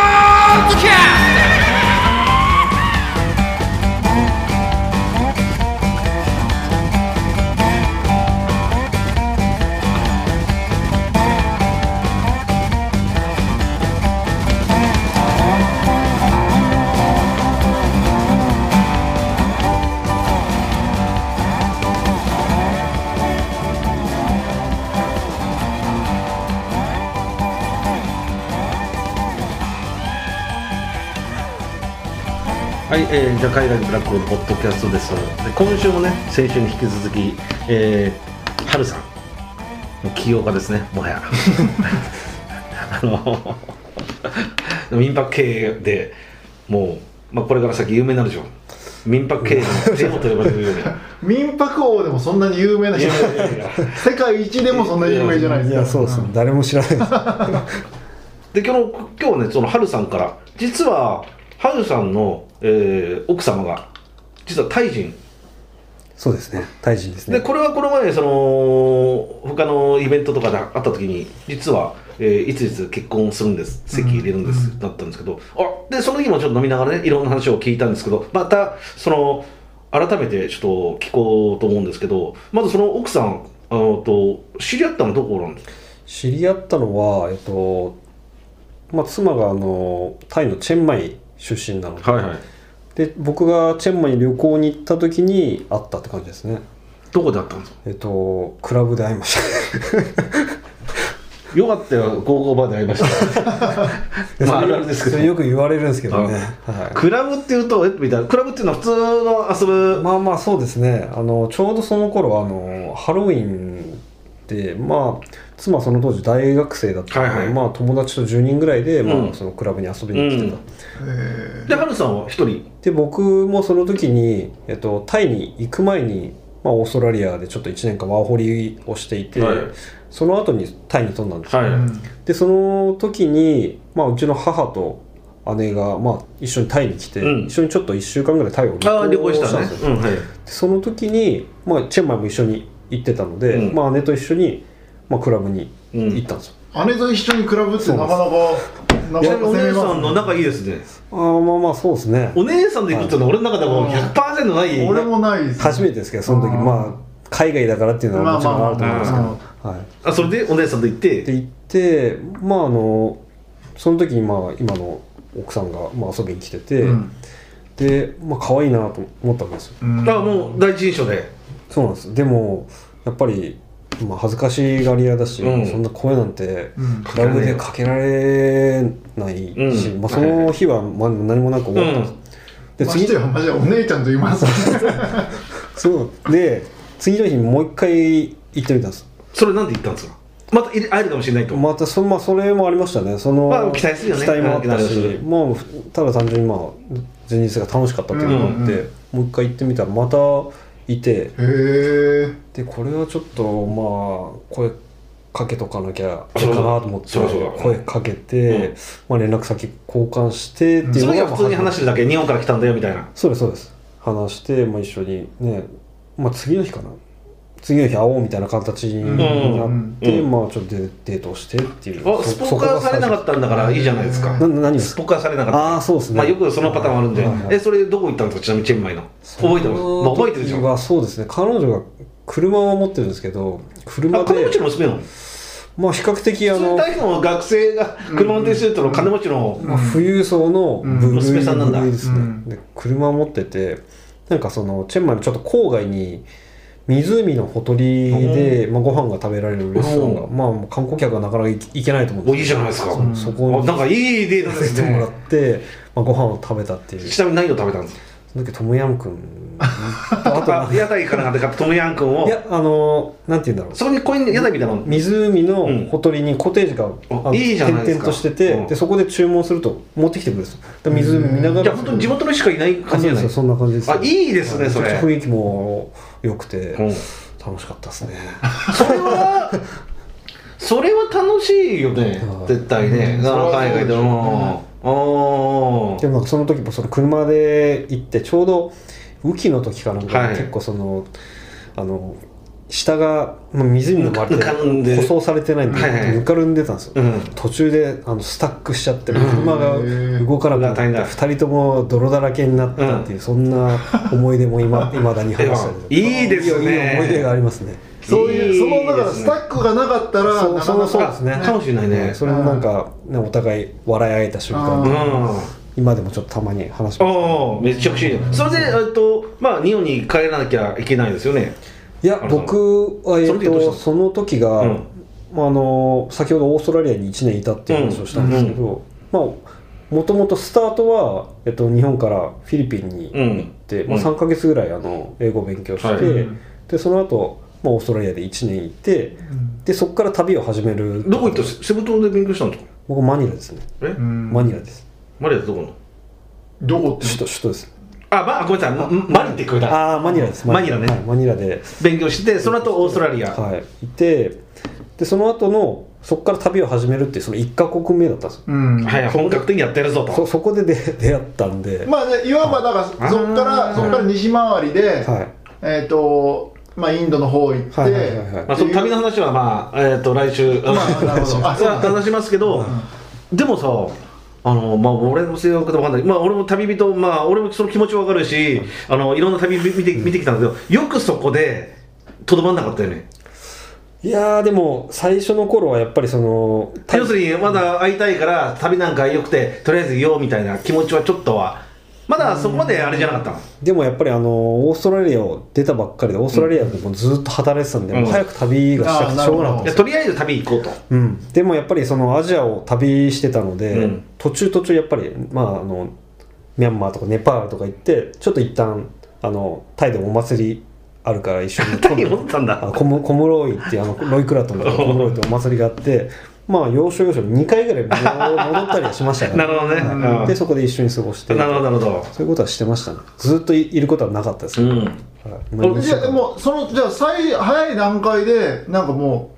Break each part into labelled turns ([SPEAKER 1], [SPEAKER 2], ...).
[SPEAKER 1] ッドキャス
[SPEAKER 2] はい、えー、じゃあ海外のブラックホールポッドキャストですで今週もね先週に引き続き、えー、春さんもう起用家ですねもはや あの民泊経営でもう、まあ、これから先有名になるでしょ民泊経営のデモと呼ばれるように
[SPEAKER 3] 民泊王でもそんなに有名ない人
[SPEAKER 2] やいやいやいや
[SPEAKER 3] 世界一でもそんなに有名じゃないです
[SPEAKER 4] い
[SPEAKER 3] か
[SPEAKER 4] やそうですね誰も知らないです
[SPEAKER 2] で 今日今日ねその春さんから実は春さんの、えー奥様が実はタイ人
[SPEAKER 4] そうですねタイ人です
[SPEAKER 2] で
[SPEAKER 4] ね
[SPEAKER 2] これはこの前その他のイベントとかで会った時に実は、えーいついつ結婚するんです籍入れるんです、だったんですけどあでその日もちょっと飲みながらねいろんな話を聞いたんですけどまたその改めてちょっと聞こうと思うんですけどまずその奥さんあのと知り合ったのどこなんですか
[SPEAKER 4] 知り合ったのはえっとまあ妻があのタイのチェンマイ出身なので,、
[SPEAKER 2] はいはい
[SPEAKER 4] で僕がチェンマイに旅行に行った時に会ったって感じですね
[SPEAKER 2] どこで会ったんですか
[SPEAKER 4] えっとクラブで会いました
[SPEAKER 2] よかったよゴーゴーバーで会いました まああるあるですけ
[SPEAKER 4] そ
[SPEAKER 2] ど
[SPEAKER 4] れよく言われるんですけどね、は
[SPEAKER 2] クラブっていうとえみたいなクラブっていうのは普通の遊
[SPEAKER 4] い、
[SPEAKER 2] ぶ、
[SPEAKER 4] まあまあそうですねあのちょうどその頃はあのハロウィンでまあ妻その当時大学生だったので、
[SPEAKER 2] はいはい
[SPEAKER 4] まあ友達と10人ぐらいで、
[SPEAKER 2] う
[SPEAKER 4] ま
[SPEAKER 2] ん
[SPEAKER 4] あ、そのクラブに遊びに来てた、
[SPEAKER 2] うんでハルさんは一人
[SPEAKER 4] で僕もその時に、えっと、タイに行く前に、まあ、オーストラリアでちょっと1年間ワーホリをしていて、
[SPEAKER 2] はい
[SPEAKER 4] その後にタイに飛んだんですよ、
[SPEAKER 2] はい
[SPEAKER 3] うん
[SPEAKER 4] でその時に、まあ、うちの母と姉が、まあ、一緒にタイに来て、
[SPEAKER 2] うん
[SPEAKER 4] 一緒にちょっと1週間ぐらいタイを
[SPEAKER 2] あー旅
[SPEAKER 4] 旅
[SPEAKER 2] 行
[SPEAKER 4] 行
[SPEAKER 2] し
[SPEAKER 4] したたん
[SPEAKER 2] ね
[SPEAKER 4] ですよ、。
[SPEAKER 2] うんはい。
[SPEAKER 4] でその時に、まあ、チェンマイも一緒に行ってたので、
[SPEAKER 2] うん
[SPEAKER 4] まあ、姉と一緒に、まあ、クラブに
[SPEAKER 2] うん
[SPEAKER 4] 行ったんですよ、
[SPEAKER 3] 姉と一緒にクラブってなかなかなかな
[SPEAKER 2] ち
[SPEAKER 3] か
[SPEAKER 2] なみにお
[SPEAKER 3] 攻め
[SPEAKER 2] 姉
[SPEAKER 3] ま
[SPEAKER 2] さ
[SPEAKER 3] す
[SPEAKER 2] ん
[SPEAKER 3] ね
[SPEAKER 2] の仲いいですね。
[SPEAKER 4] ああまあまあそうですね
[SPEAKER 2] お姉さんで行くとね、俺の中でも100%ない。
[SPEAKER 3] 俺もないですね
[SPEAKER 4] 初めてですけどその時
[SPEAKER 3] うん
[SPEAKER 4] まあ海外だからっていうのはもちろんあると思いますけど、
[SPEAKER 3] まあま
[SPEAKER 4] はい
[SPEAKER 2] あそれでお姉さんと行っ
[SPEAKER 4] で
[SPEAKER 2] て。
[SPEAKER 4] 行ってまああのその時にまあ今の奥さんがまあ遊びに来てて、
[SPEAKER 3] うん
[SPEAKER 4] でまあ可愛いなと思ったわけですよ
[SPEAKER 3] うん
[SPEAKER 2] あもう第一印象で。
[SPEAKER 4] そうなんですでもやっぱり、まあ、恥ずかしがり屋だし、
[SPEAKER 2] うん
[SPEAKER 4] そんな声なんて
[SPEAKER 3] うん
[SPEAKER 4] クラブでかけられないし、
[SPEAKER 2] うん
[SPEAKER 4] まあ、その日はまあ何もなく終わったんです、で
[SPEAKER 3] まして
[SPEAKER 4] 次
[SPEAKER 3] やマジでお姉ちゃんと言い ます
[SPEAKER 4] そうで次の日にもう一回行ってみたんです
[SPEAKER 2] それなんで行ったんですか。また入れ会えるかもしれないと。
[SPEAKER 4] またそ,、まあ、それもありましたねその、
[SPEAKER 2] まあ期待するよね
[SPEAKER 4] 期待もあった
[SPEAKER 2] 期待す
[SPEAKER 4] し
[SPEAKER 2] る
[SPEAKER 4] もうただ単純にまあ前日が楽しかったっていうのもあって、
[SPEAKER 3] うん
[SPEAKER 4] もう一回行ってみたらまたいて
[SPEAKER 3] へえ
[SPEAKER 4] でこれはちょっとまあ声かけとかなきゃあれ
[SPEAKER 2] そう
[SPEAKER 4] か
[SPEAKER 2] だ
[SPEAKER 4] なと思って
[SPEAKER 2] そうだそうだ
[SPEAKER 4] 声かけて、
[SPEAKER 2] うん
[SPEAKER 4] まあ、連絡先交換してってい
[SPEAKER 2] そうの
[SPEAKER 4] の
[SPEAKER 2] 日は
[SPEAKER 4] まあ
[SPEAKER 2] 普通に話してるだけ。日本から来たんだよみたいな。
[SPEAKER 4] そうですそうです話して、まあ、一緒にね、まあ、次の日かな次の日会おうみたいな形になって、
[SPEAKER 2] うんうん
[SPEAKER 4] まあちょっとデデートをしてっていう
[SPEAKER 2] あスポーカーされなかったんだからいいじゃないですか
[SPEAKER 4] な。何で
[SPEAKER 2] ス
[SPEAKER 4] すか
[SPEAKER 2] ポーカーされなかった。
[SPEAKER 4] あーそうですね
[SPEAKER 2] まあよくそのパターンあるんで
[SPEAKER 4] はいは。い
[SPEAKER 2] えそれどこ行ったんですかちなみにチェンマイの。覚えてます。まあ覚えてるでし
[SPEAKER 4] その時
[SPEAKER 2] ょ。
[SPEAKER 4] はそうですね彼女が車を持ってるんですけど車
[SPEAKER 2] あ金
[SPEAKER 4] で
[SPEAKER 2] 持ちの娘なの。
[SPEAKER 4] まあ比較的あ
[SPEAKER 2] 普通
[SPEAKER 4] の、
[SPEAKER 2] 大学の学生が車運転してると金持ちの。
[SPEAKER 4] まあ、富裕層の
[SPEAKER 3] うん
[SPEAKER 4] 部類
[SPEAKER 2] 娘さんなんだ
[SPEAKER 4] 部類ですね、
[SPEAKER 3] うん
[SPEAKER 4] で車を持っててなんかそのチェンマイのちょっと郊外に湖のほとりで、まあ、ご飯が食べられるレストランが、
[SPEAKER 2] う
[SPEAKER 4] まあ、もう観光客はなかなか行け行けないと思うん
[SPEAKER 2] お
[SPEAKER 4] で
[SPEAKER 2] いい
[SPEAKER 4] す
[SPEAKER 2] じゃないですか。
[SPEAKER 4] けどそこ
[SPEAKER 2] あ
[SPEAKER 4] に
[SPEAKER 2] なんかいいデータで
[SPEAKER 4] 連れ
[SPEAKER 2] す
[SPEAKER 4] てもらっ
[SPEAKER 2] ね。
[SPEAKER 4] て、まあ、ご飯を食べたっ ていう
[SPEAKER 2] ちなみに何を食べたんですか。
[SPEAKER 4] その時トムヤムクンあと
[SPEAKER 2] あ
[SPEAKER 4] な
[SPEAKER 2] 屋台かなんかで買ったトムヤン君を
[SPEAKER 4] い。やあのなんて言うんだろう
[SPEAKER 2] そこにコイン屋台みたいなの。
[SPEAKER 4] 湖
[SPEAKER 2] うん
[SPEAKER 4] のほとりにコテージが、
[SPEAKER 2] お
[SPEAKER 4] あの
[SPEAKER 2] いいじゃないですか
[SPEAKER 4] 点々としてて、
[SPEAKER 2] うん
[SPEAKER 4] でそこで注文すると持ってきてくるんですよで湖見ながら
[SPEAKER 2] じゃあ本当に地元の人しかいない
[SPEAKER 4] あ
[SPEAKER 2] 感じ
[SPEAKER 4] そ
[SPEAKER 2] じゃ
[SPEAKER 4] うで
[SPEAKER 2] な
[SPEAKER 4] す
[SPEAKER 2] い
[SPEAKER 4] よ。そんな感じですよ
[SPEAKER 2] あいいですねそれ
[SPEAKER 4] ちょっと雰囲気も良くて、
[SPEAKER 2] うん
[SPEAKER 4] 楽しかったですね
[SPEAKER 2] それは。それは楽しいよね
[SPEAKER 4] うん。
[SPEAKER 2] 絶対ね。
[SPEAKER 3] うん
[SPEAKER 2] あの
[SPEAKER 3] それ
[SPEAKER 2] 海
[SPEAKER 3] は
[SPEAKER 2] 外でも。あ
[SPEAKER 4] でもその時もその車で行ってちょうど雨季の時かなんか、
[SPEAKER 2] はい
[SPEAKER 4] 結構そのあの下が、まあ、湖の周り
[SPEAKER 2] ぬかるんで
[SPEAKER 4] 舗装されてないんで、
[SPEAKER 2] はいはい
[SPEAKER 4] ぬかるんでたんですよ、
[SPEAKER 2] うん
[SPEAKER 4] 途中であのスタックしちゃって車が動かなくなって
[SPEAKER 2] うん
[SPEAKER 4] 2人とも泥だらけになったっていう、そんな思い出もいま未だに話されて
[SPEAKER 2] いいですね
[SPEAKER 4] いい思い出がありますね
[SPEAKER 3] そういう、
[SPEAKER 2] い
[SPEAKER 3] そ
[SPEAKER 2] いですね
[SPEAKER 3] のだからスタックがなかったら、
[SPEAKER 4] そ
[SPEAKER 3] な
[SPEAKER 4] うそう
[SPEAKER 3] かなか
[SPEAKER 4] そうですね
[SPEAKER 2] あかもしれないね
[SPEAKER 4] それもなんか、ね、お互い笑い合えた瞬
[SPEAKER 2] う
[SPEAKER 4] 間
[SPEAKER 2] ん
[SPEAKER 4] 今でもちょっとたまに話します
[SPEAKER 2] おーめっちゃ欲しいそれでえっとまあ日本に帰らなきゃいけないですよね
[SPEAKER 4] いや
[SPEAKER 2] あの
[SPEAKER 4] 僕は、え
[SPEAKER 2] そ
[SPEAKER 4] っ
[SPEAKER 2] の時どうしたの
[SPEAKER 4] とその時が、
[SPEAKER 2] うん
[SPEAKER 4] まあ、あの先ほどオーストラリアに1年いたっていう話をしたんですけど、まあもともとスタートは、えっと、日本からフィリピンに
[SPEAKER 2] う
[SPEAKER 4] 行
[SPEAKER 2] ん
[SPEAKER 4] って、まあ、
[SPEAKER 2] うん
[SPEAKER 4] 3か月ぐらいあの英語を勉強して、
[SPEAKER 2] はい
[SPEAKER 4] でその後、まあオーストラリアで1年いてでそこから旅を始める
[SPEAKER 2] どこ行ったセブ島で勉強したんですか
[SPEAKER 4] 僕マニラですね
[SPEAKER 2] え
[SPEAKER 3] うん
[SPEAKER 4] マニラです
[SPEAKER 2] マリアってどこの
[SPEAKER 3] どこって
[SPEAKER 4] 首都首都です
[SPEAKER 2] あまあごめんなさいママリって聞こえた
[SPEAKER 4] ああマニラです
[SPEAKER 2] マニラ
[SPEAKER 4] は
[SPEAKER 2] ね
[SPEAKER 4] いマニラで
[SPEAKER 2] 勉強してその後オーストラリア
[SPEAKER 4] はい、いてでその後のそこから旅を始めるっていうその1か国目だったんですよ
[SPEAKER 3] うん
[SPEAKER 2] はい本格的にやってやるぞ
[SPEAKER 4] そ
[SPEAKER 2] と
[SPEAKER 4] そこで出出会ったんで、
[SPEAKER 3] まあねいわばだからそっか
[SPEAKER 2] あー
[SPEAKER 3] らそっから西回りで、
[SPEAKER 4] はい、
[SPEAKER 3] えっ、とまあインドの方行って、
[SPEAKER 4] はいはいはいはい
[SPEAKER 2] まあその旅の話はまあえっと来週
[SPEAKER 3] まあなる ほどあそう
[SPEAKER 2] まあ話しますけどでもさあのまあ、俺の性格とわかんない、まあ、俺も旅人、まあ、俺もその気持ちわかるし、あのいろんな旅見て見てきたんだけど、よくそこでとどまんなかったよね。
[SPEAKER 4] いやーでも最初の頃はやっぱりその
[SPEAKER 2] 要するにまだ会いたいから旅なんか良くてとりあえずいようみたいな気持ちはちょっとはまだそこまであれじゃなかったの
[SPEAKER 4] でもやっぱりあのオーストラリアを出たばっかりでオーストラリアでもずっと働いてたんで、
[SPEAKER 2] うん
[SPEAKER 4] もう早く旅がしたくてしょうがなかっ
[SPEAKER 2] い
[SPEAKER 4] たんで
[SPEAKER 2] や
[SPEAKER 4] すよ、
[SPEAKER 2] とりあえず旅行こうと
[SPEAKER 4] うん、でもやっぱりそのアジアを旅してたので、
[SPEAKER 2] うん
[SPEAKER 4] 途中途中やっぱりまああのミャンマーとかネパールとか行ってちょっと一旦あのタイでお祭りあるから一緒 に
[SPEAKER 2] 何思ったん
[SPEAKER 4] あの
[SPEAKER 2] だ
[SPEAKER 4] コムコムロイっていうあのロイクラトンと かコムロイってお祭りがあってまあ要所要所2回ぐらい戻戻ったりはしました
[SPEAKER 2] な
[SPEAKER 4] ね
[SPEAKER 2] るほどね、うん
[SPEAKER 4] でそこで一緒に過ごして
[SPEAKER 2] なる
[SPEAKER 4] そ
[SPEAKER 2] ほどなるほど
[SPEAKER 4] ういうことはしてましたねずっといいることはなかったです
[SPEAKER 2] う
[SPEAKER 4] ね、
[SPEAKER 2] ん
[SPEAKER 4] はいまあ
[SPEAKER 2] 俺
[SPEAKER 4] 一
[SPEAKER 3] じ
[SPEAKER 4] 週
[SPEAKER 3] ゃあ
[SPEAKER 4] 間
[SPEAKER 3] もうそのじゃあ最早い段階でなんかもう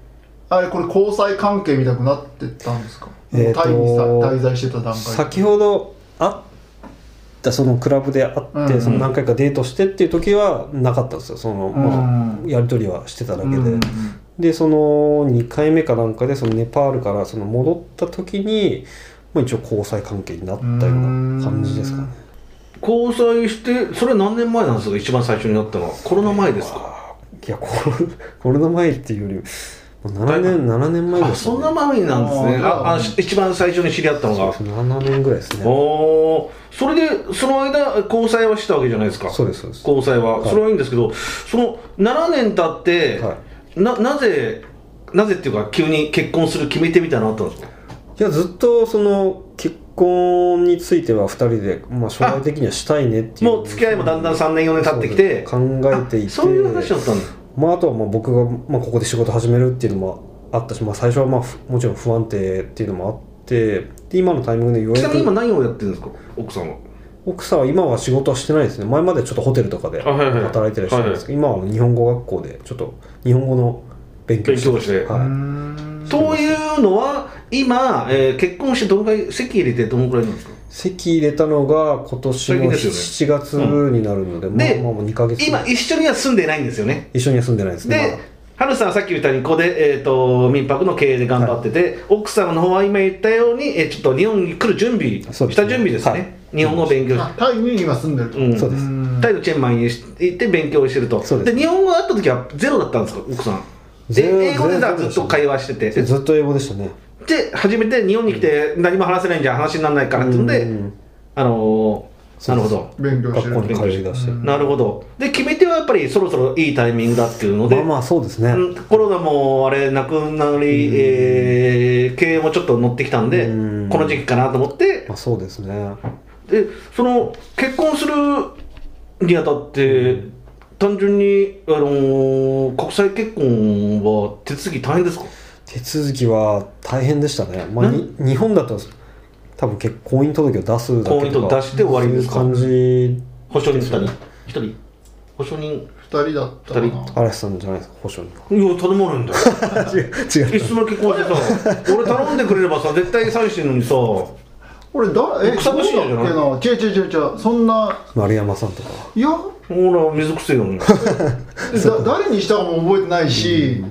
[SPEAKER 3] あれこれ交際関係みたくなってったんですか、
[SPEAKER 4] えーと
[SPEAKER 3] タイにさ滞在してた段階で
[SPEAKER 4] 先ほど会ったそのクラブで会
[SPEAKER 3] うん
[SPEAKER 4] って、
[SPEAKER 3] うん
[SPEAKER 4] その何回かデートしてっていう時はなかったんですよその、ま
[SPEAKER 3] う
[SPEAKER 4] あ、
[SPEAKER 3] ん
[SPEAKER 4] やり取りはしてただけで、
[SPEAKER 3] うん
[SPEAKER 4] でその2回目かなんかでそのネパールからその戻った時に、まあ、一応交際関係になったような感じですかね
[SPEAKER 2] 交際してそれ何年前なんですか一番最初になったのはコロナ前ですか
[SPEAKER 4] いやコロコロナ前っていうよりもう7年7年前
[SPEAKER 2] あ
[SPEAKER 4] ですね
[SPEAKER 2] そんな前なんですね
[SPEAKER 3] あー
[SPEAKER 2] ああし一番最初に知り合ったの
[SPEAKER 4] そ
[SPEAKER 2] が
[SPEAKER 4] うです7年ぐらいですね
[SPEAKER 2] おーそれでその間交際はしたわけじゃないですか
[SPEAKER 4] そうですそうです
[SPEAKER 2] 交際は、
[SPEAKER 4] はい
[SPEAKER 2] それはいいんですけどその7年経って、
[SPEAKER 4] は
[SPEAKER 2] ななぜなぜっていうか急に結婚する決めてみたいなのあったんですか
[SPEAKER 4] いやずっとその結婚については2人で、まあ、将来的にはしたいねっていう
[SPEAKER 2] もう付き合いもだんだん3年4年経ってきて
[SPEAKER 4] そうです考えていて
[SPEAKER 2] あそういう話だったんだ
[SPEAKER 4] まあ、あとはまあ僕が、まあ、ここで仕事始めるっていうのもあったし、まあ、最初はまあふもちろん不安定っていうのもあってで今のタイミングでよう
[SPEAKER 2] ち
[SPEAKER 4] や
[SPEAKER 2] なみに今
[SPEAKER 4] く
[SPEAKER 2] 何をやってるんですか奥さんは
[SPEAKER 4] 奥さんは今は仕事はしてないですね前までちょっとホテルとかで
[SPEAKER 2] あはいはい
[SPEAKER 4] 働いてらっしゃるんですけど、今は日本語学校でちょっと日本語の勉強
[SPEAKER 2] 勉
[SPEAKER 4] をして
[SPEAKER 2] 強して、
[SPEAKER 4] はい
[SPEAKER 2] というのは今、えー結婚してどのぐらい籍入れてどのくらいなんですか
[SPEAKER 4] 籍入れたのが今年
[SPEAKER 2] 最近
[SPEAKER 4] の
[SPEAKER 2] ですよね
[SPEAKER 4] 7月になるので、
[SPEAKER 2] ん
[SPEAKER 4] まあ
[SPEAKER 2] で
[SPEAKER 4] まあもう2ヶ月
[SPEAKER 2] 今一緒には住んでないんですよね
[SPEAKER 4] 一緒には住んでないですね
[SPEAKER 2] で、ハルさんはさっき言ったように、ここで、えー、と民泊の経営で頑張ってて、奥様の方は今言ったように、えーちょっと日本に来る準備、
[SPEAKER 4] そうですね
[SPEAKER 2] 下準備ですね、
[SPEAKER 4] はい
[SPEAKER 2] 日本語を勉強
[SPEAKER 3] あ
[SPEAKER 2] し
[SPEAKER 3] タイに今住んでると、
[SPEAKER 2] うん
[SPEAKER 4] そうです
[SPEAKER 3] ん
[SPEAKER 2] タイのチェンマイに行って勉強してると、
[SPEAKER 4] そうです
[SPEAKER 2] 日本語があった時はゼロだったんですか、奥さん。で
[SPEAKER 4] ゼロ
[SPEAKER 2] 英語でさ
[SPEAKER 4] ゼロゼロ
[SPEAKER 2] ず
[SPEAKER 4] で
[SPEAKER 2] っ
[SPEAKER 4] した
[SPEAKER 2] と会話してて
[SPEAKER 4] まあ、ずっと英語でしたね
[SPEAKER 2] で、初めて日本に来て、何も話せないんじゃ話にならないからってんで、
[SPEAKER 4] うん
[SPEAKER 2] あのー
[SPEAKER 4] そう
[SPEAKER 2] なる
[SPEAKER 4] で
[SPEAKER 2] ほ
[SPEAKER 4] す
[SPEAKER 2] ど。
[SPEAKER 3] 勉強して
[SPEAKER 4] 学校
[SPEAKER 3] る
[SPEAKER 4] に通い出して、
[SPEAKER 3] うん
[SPEAKER 2] なるほどで決め手はやっぱりそろそろいいタイミングだっていうので、
[SPEAKER 4] まあまあそうですね、
[SPEAKER 2] うんコロナもあれなくなり、えー経営もちょっと乗ってきたんで、
[SPEAKER 4] うん
[SPEAKER 2] この時期かなと思って
[SPEAKER 4] まあそうですね
[SPEAKER 2] でその結婚するにあたって、単純に、あのー国際結婚は手続き大変ですか
[SPEAKER 4] 手続きは大変でしたね、まあ、
[SPEAKER 2] な
[SPEAKER 4] に日本だと多分結婚姻届を出すだ
[SPEAKER 2] 婚
[SPEAKER 4] け
[SPEAKER 2] 姻
[SPEAKER 4] と
[SPEAKER 2] と
[SPEAKER 4] か
[SPEAKER 2] 出して終わりですか
[SPEAKER 4] そういう感じ
[SPEAKER 2] 保証人2人1人保証人
[SPEAKER 3] 二人だったかな
[SPEAKER 2] 二人
[SPEAKER 4] 嵐さんじゃないですか保証人
[SPEAKER 2] いや頼まれんだよ
[SPEAKER 4] 違う違
[SPEAKER 2] いつの結婚してさ俺頼んでくれればさ絶対サインしてるのにさ
[SPEAKER 3] 俺だえ
[SPEAKER 2] 草むしりじゃない
[SPEAKER 3] どうだっけな違う違う違う違うそんな
[SPEAKER 4] 丸山さんとか
[SPEAKER 3] いや
[SPEAKER 2] ほら水くせえよね
[SPEAKER 3] でだ誰にしたかも覚えてないし、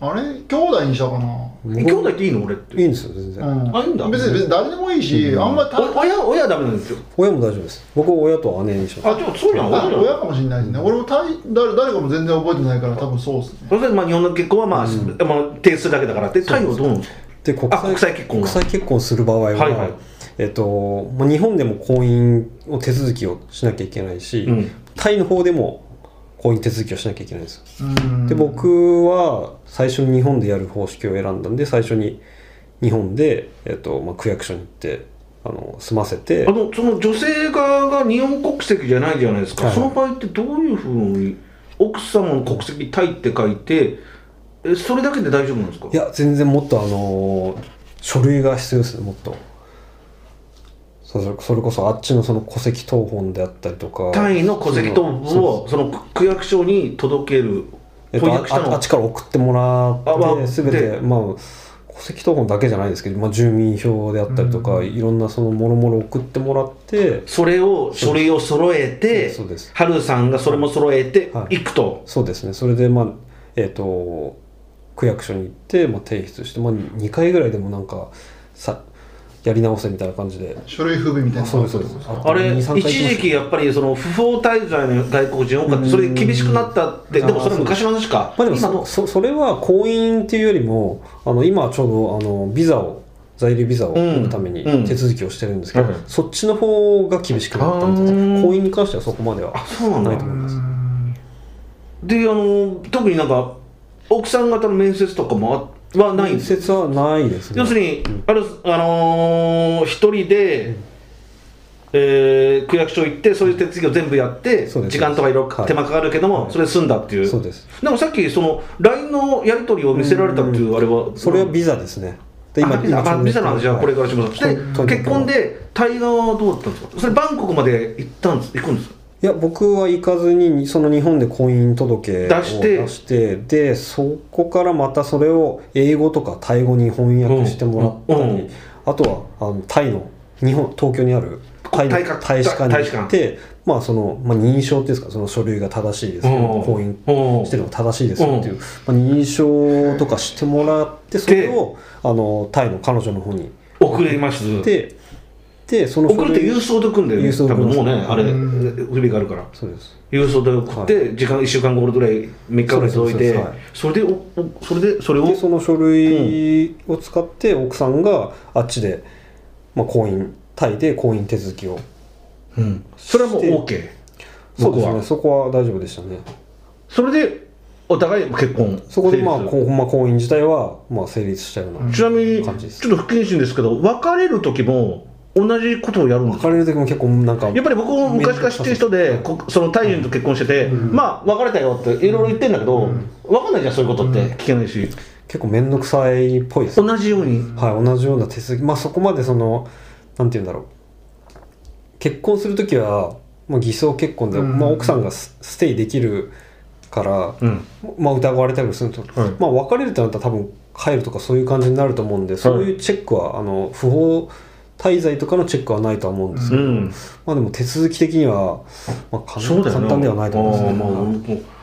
[SPEAKER 3] あれ兄弟にしたかな
[SPEAKER 2] 兄弟っていいの俺って
[SPEAKER 4] いいんですよ全然、
[SPEAKER 3] うん、
[SPEAKER 2] あいいんだ
[SPEAKER 3] 別に別に誰でもいいし、あんまた
[SPEAKER 2] お親親はダメなんですよ
[SPEAKER 4] 親も大丈夫です僕は親と姉にします
[SPEAKER 2] あでもそうじゃん
[SPEAKER 3] あ
[SPEAKER 2] 親じゃ
[SPEAKER 3] 親
[SPEAKER 2] ん
[SPEAKER 3] かもしれないですね、俺もたい誰誰かも全然覚えてないから多分そうですね
[SPEAKER 2] それでまあ日本の結婚はまあ、まあ、定数だけだからってタイはどうなの
[SPEAKER 4] で国
[SPEAKER 2] あ国際結婚
[SPEAKER 4] 国際結婚する場合は、
[SPEAKER 2] はいはい
[SPEAKER 4] えっとまあ、日本でも婚姻を手続きをしなきゃいけないし、
[SPEAKER 2] うん
[SPEAKER 4] タイの方でも婚姻手続きをしなきゃいけないんですよ
[SPEAKER 3] うん
[SPEAKER 4] で僕は最初に日本でやる方式を選んだんで最初に日本で、えっとまあ、区役所に行ってあの済ませて
[SPEAKER 2] あのその女性側が日本国籍じゃないじゃないですか、
[SPEAKER 4] はい
[SPEAKER 2] その場合ってどういうふうに奥様の国籍タイって書いてえそれだけで大丈夫なんですか
[SPEAKER 4] いや全然もっとあのー書類が必要ですねもっとそれそれこそあっちのその戸籍謄本であったりとか
[SPEAKER 2] タイの戸籍謄
[SPEAKER 4] そう
[SPEAKER 2] 本をその区役所に届ける
[SPEAKER 4] えっと、
[SPEAKER 2] 翻
[SPEAKER 4] あ
[SPEAKER 2] 訳したの
[SPEAKER 4] ああっちから送ってもら
[SPEAKER 2] あま
[SPEAKER 4] っ
[SPEAKER 2] あ
[SPEAKER 4] て全て
[SPEAKER 2] で
[SPEAKER 4] まあ戸籍謄本だけじゃないですけど、まあ、住民票であったりとか、いろんなそのもろもろ送ってもらって
[SPEAKER 2] それを書類を揃えて
[SPEAKER 4] そうです
[SPEAKER 2] ハルさんがそれも揃えて
[SPEAKER 4] はい
[SPEAKER 2] いくと、
[SPEAKER 4] そうですねそれでまあえっ、と区役所に行って、まあ、提出して、まあ、2回ぐらいでもなんかさやり直せみたいな感じで
[SPEAKER 3] 書類不備みたいなのがあった
[SPEAKER 4] そう
[SPEAKER 3] って
[SPEAKER 4] で
[SPEAKER 3] こ
[SPEAKER 4] す
[SPEAKER 3] と
[SPEAKER 4] そう
[SPEAKER 3] で
[SPEAKER 4] ですす
[SPEAKER 3] か
[SPEAKER 2] あれ
[SPEAKER 4] 二三回行きました
[SPEAKER 2] 一時期やっぱりその不法滞在の外国人多かったそれで厳しくなったって
[SPEAKER 4] うん
[SPEAKER 2] でもそれは昔の話か、
[SPEAKER 4] まあでも
[SPEAKER 2] 今の
[SPEAKER 4] そそそれは婚姻っていうよりもあの今はちょうどあのビザを在留ビザを
[SPEAKER 2] うん
[SPEAKER 4] 取るために
[SPEAKER 2] うん
[SPEAKER 4] 手続きをしてるんですけど、
[SPEAKER 2] はい
[SPEAKER 4] そっちの方が厳しくなったみたいです
[SPEAKER 2] あー
[SPEAKER 4] 婚姻に関してはそこまでは
[SPEAKER 2] あそうなんだ
[SPEAKER 4] ないと思います
[SPEAKER 2] であの特になんか奥さん方の面接とかもあはないん
[SPEAKER 4] 面
[SPEAKER 2] です
[SPEAKER 4] 接はないですね
[SPEAKER 2] 要するに、あるあのー一人で、えー区役所行ってそういう手続きを全部やって
[SPEAKER 4] そうです
[SPEAKER 2] 時間とかいろい
[SPEAKER 4] は
[SPEAKER 2] ろ
[SPEAKER 4] い
[SPEAKER 2] 手間かかるけども、それで済んだっていう
[SPEAKER 4] そうです
[SPEAKER 2] なんかさっきその LINE のやり取りを見せられたっていうあれは
[SPEAKER 4] それはビザですねで
[SPEAKER 2] あビザあビザの話はこれからします、
[SPEAKER 4] はい
[SPEAKER 2] で結婚でタイ側はどうだったんですかそれバンコクまで行ったんです行くんですか
[SPEAKER 4] いや僕は行かずにその日本で婚姻届を
[SPEAKER 2] 出して
[SPEAKER 4] 出してでそこからまたそれを英語とかタイ語に翻訳してもらったり、
[SPEAKER 2] うんうん
[SPEAKER 4] あとはあのタイの日本東京にあるタイ
[SPEAKER 2] タイ
[SPEAKER 4] の
[SPEAKER 2] か
[SPEAKER 4] 大使館
[SPEAKER 2] タイ
[SPEAKER 4] に
[SPEAKER 2] 大使
[SPEAKER 4] 行ってまあその、まあ、認証っていうんですかその書類が正しいですよ、
[SPEAKER 2] うん
[SPEAKER 4] 婚
[SPEAKER 2] うん
[SPEAKER 4] 姻してるのが正しいですよっていう、まあ、認証とかしてもらってそれをあのタイの彼女の方に
[SPEAKER 2] 送ります
[SPEAKER 4] ででその書
[SPEAKER 2] 送るって
[SPEAKER 4] 類
[SPEAKER 2] 郵送で来るんだよね
[SPEAKER 4] 郵送で
[SPEAKER 2] 多
[SPEAKER 4] 来ま
[SPEAKER 2] 分
[SPEAKER 4] す
[SPEAKER 2] もうねあれ
[SPEAKER 3] うん
[SPEAKER 2] 不備があるから
[SPEAKER 4] そうです
[SPEAKER 2] 郵送で送って、時間1週間後ぐらい3日ぐらい届いてそれでおおそれでそれを
[SPEAKER 4] でその書類を使って奥さんがあっちで、まあ、婚姻タイで婚姻手続きを
[SPEAKER 2] うん、それはもう OK
[SPEAKER 4] そ
[SPEAKER 2] 向こう
[SPEAKER 4] うです
[SPEAKER 2] は
[SPEAKER 4] ねそこは大丈夫でしたね
[SPEAKER 2] それでお互い結婚
[SPEAKER 4] そこでまあ
[SPEAKER 2] 成立
[SPEAKER 4] こうまあ婚姻自体はまあ成立したような、
[SPEAKER 3] うん
[SPEAKER 2] ちなみにちょ
[SPEAKER 4] 感
[SPEAKER 2] っ
[SPEAKER 4] じ
[SPEAKER 2] と
[SPEAKER 4] です
[SPEAKER 2] 不謹慎ですけど別れる時も同じことをやるの
[SPEAKER 4] 別れる時も結構なんか
[SPEAKER 2] やっぱり僕も昔から知ってる人でこそのタイ人と結婚してて、まあ別れたよっていろいろ言ってんだけど、分かんないじゃんそういうことって、聞けないし
[SPEAKER 4] 結構面倒くさいっぽいです、
[SPEAKER 2] 同じように
[SPEAKER 4] はい、同じような手続きまあそこまでそのなんて言うんだろう結婚する時は、まあ、偽装結婚で、
[SPEAKER 3] うん
[SPEAKER 4] まあ、奥さんがスステイできるから、
[SPEAKER 2] うん
[SPEAKER 4] まあ、疑われたりすると、
[SPEAKER 2] はい
[SPEAKER 4] まあ別れるってなったら多分帰るとかそういう感じになると思うんで、そういうチェックはあの不法滞在とかのチェックはないとは思うんですけ
[SPEAKER 2] う
[SPEAKER 4] ど、
[SPEAKER 2] ん
[SPEAKER 4] まあでも手続き的には、まあ、簡
[SPEAKER 2] そうだよ
[SPEAKER 4] 簡単ではないと思
[SPEAKER 2] あー
[SPEAKER 4] いますね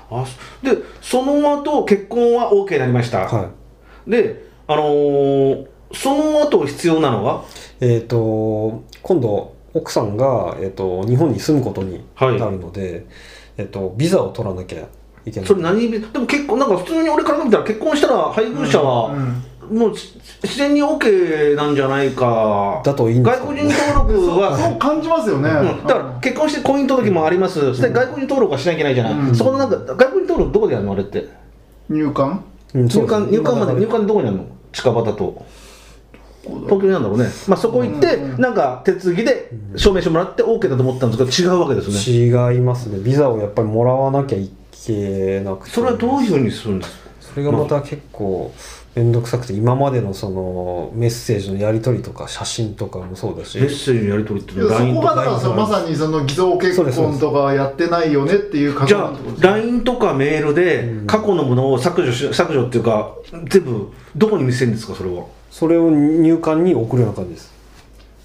[SPEAKER 2] まあうんあそでその後結婚は OK になりました、
[SPEAKER 4] はい
[SPEAKER 2] であのーその後必要なのは
[SPEAKER 4] えっ、と今度奥さんが、えー、と日本に住むことになるので、えー、とビザを取らなきゃいけない
[SPEAKER 2] それ何でも結婚なんか普通に俺から見たら結婚したら配偶者
[SPEAKER 3] う
[SPEAKER 2] は
[SPEAKER 3] ん
[SPEAKER 2] もうし自然に OK なんじゃないか
[SPEAKER 4] だといいんです
[SPEAKER 2] 外
[SPEAKER 4] けど
[SPEAKER 2] 国
[SPEAKER 4] ね
[SPEAKER 2] 人登録は
[SPEAKER 3] そう感じますよね、
[SPEAKER 2] うんだから結婚して婚姻届もあります、そして外国人登録はしなきゃいけないじゃない、
[SPEAKER 3] うん
[SPEAKER 2] そこのなんか外国人登録どこでやるのあれって
[SPEAKER 3] 入管
[SPEAKER 4] うんそ
[SPEAKER 2] 入
[SPEAKER 4] うです
[SPEAKER 2] 管
[SPEAKER 4] ね
[SPEAKER 2] 入管まで入管どこにあるの近場だと東京にあるんだろうね、まあ、そこ行って、
[SPEAKER 3] うん
[SPEAKER 2] なんか手続きで証明してもらって OK だと思ったんですけど違うわけですね
[SPEAKER 4] 違いますねビザをやっぱりもらわなきゃいけなくて
[SPEAKER 2] それはどういうふうにするんですか
[SPEAKER 4] それがまた結構面倒くさくて今までのそのメッセージのやり取りとか写真とかもそうだし
[SPEAKER 2] メッセージのやり取りっ
[SPEAKER 3] い
[SPEAKER 2] て
[SPEAKER 3] やそ
[SPEAKER 2] LINE
[SPEAKER 3] ことがだ
[SPEAKER 2] か
[SPEAKER 3] からそのまさにその偽造結婚とかやってないよねっていう
[SPEAKER 2] じ
[SPEAKER 3] 確
[SPEAKER 2] ゃあ
[SPEAKER 3] 認ってことですね
[SPEAKER 2] LINE とかメールで過去のものを削除し削除っていうか全部どこに見せるんですかそれは
[SPEAKER 4] それを入管に送るような感じです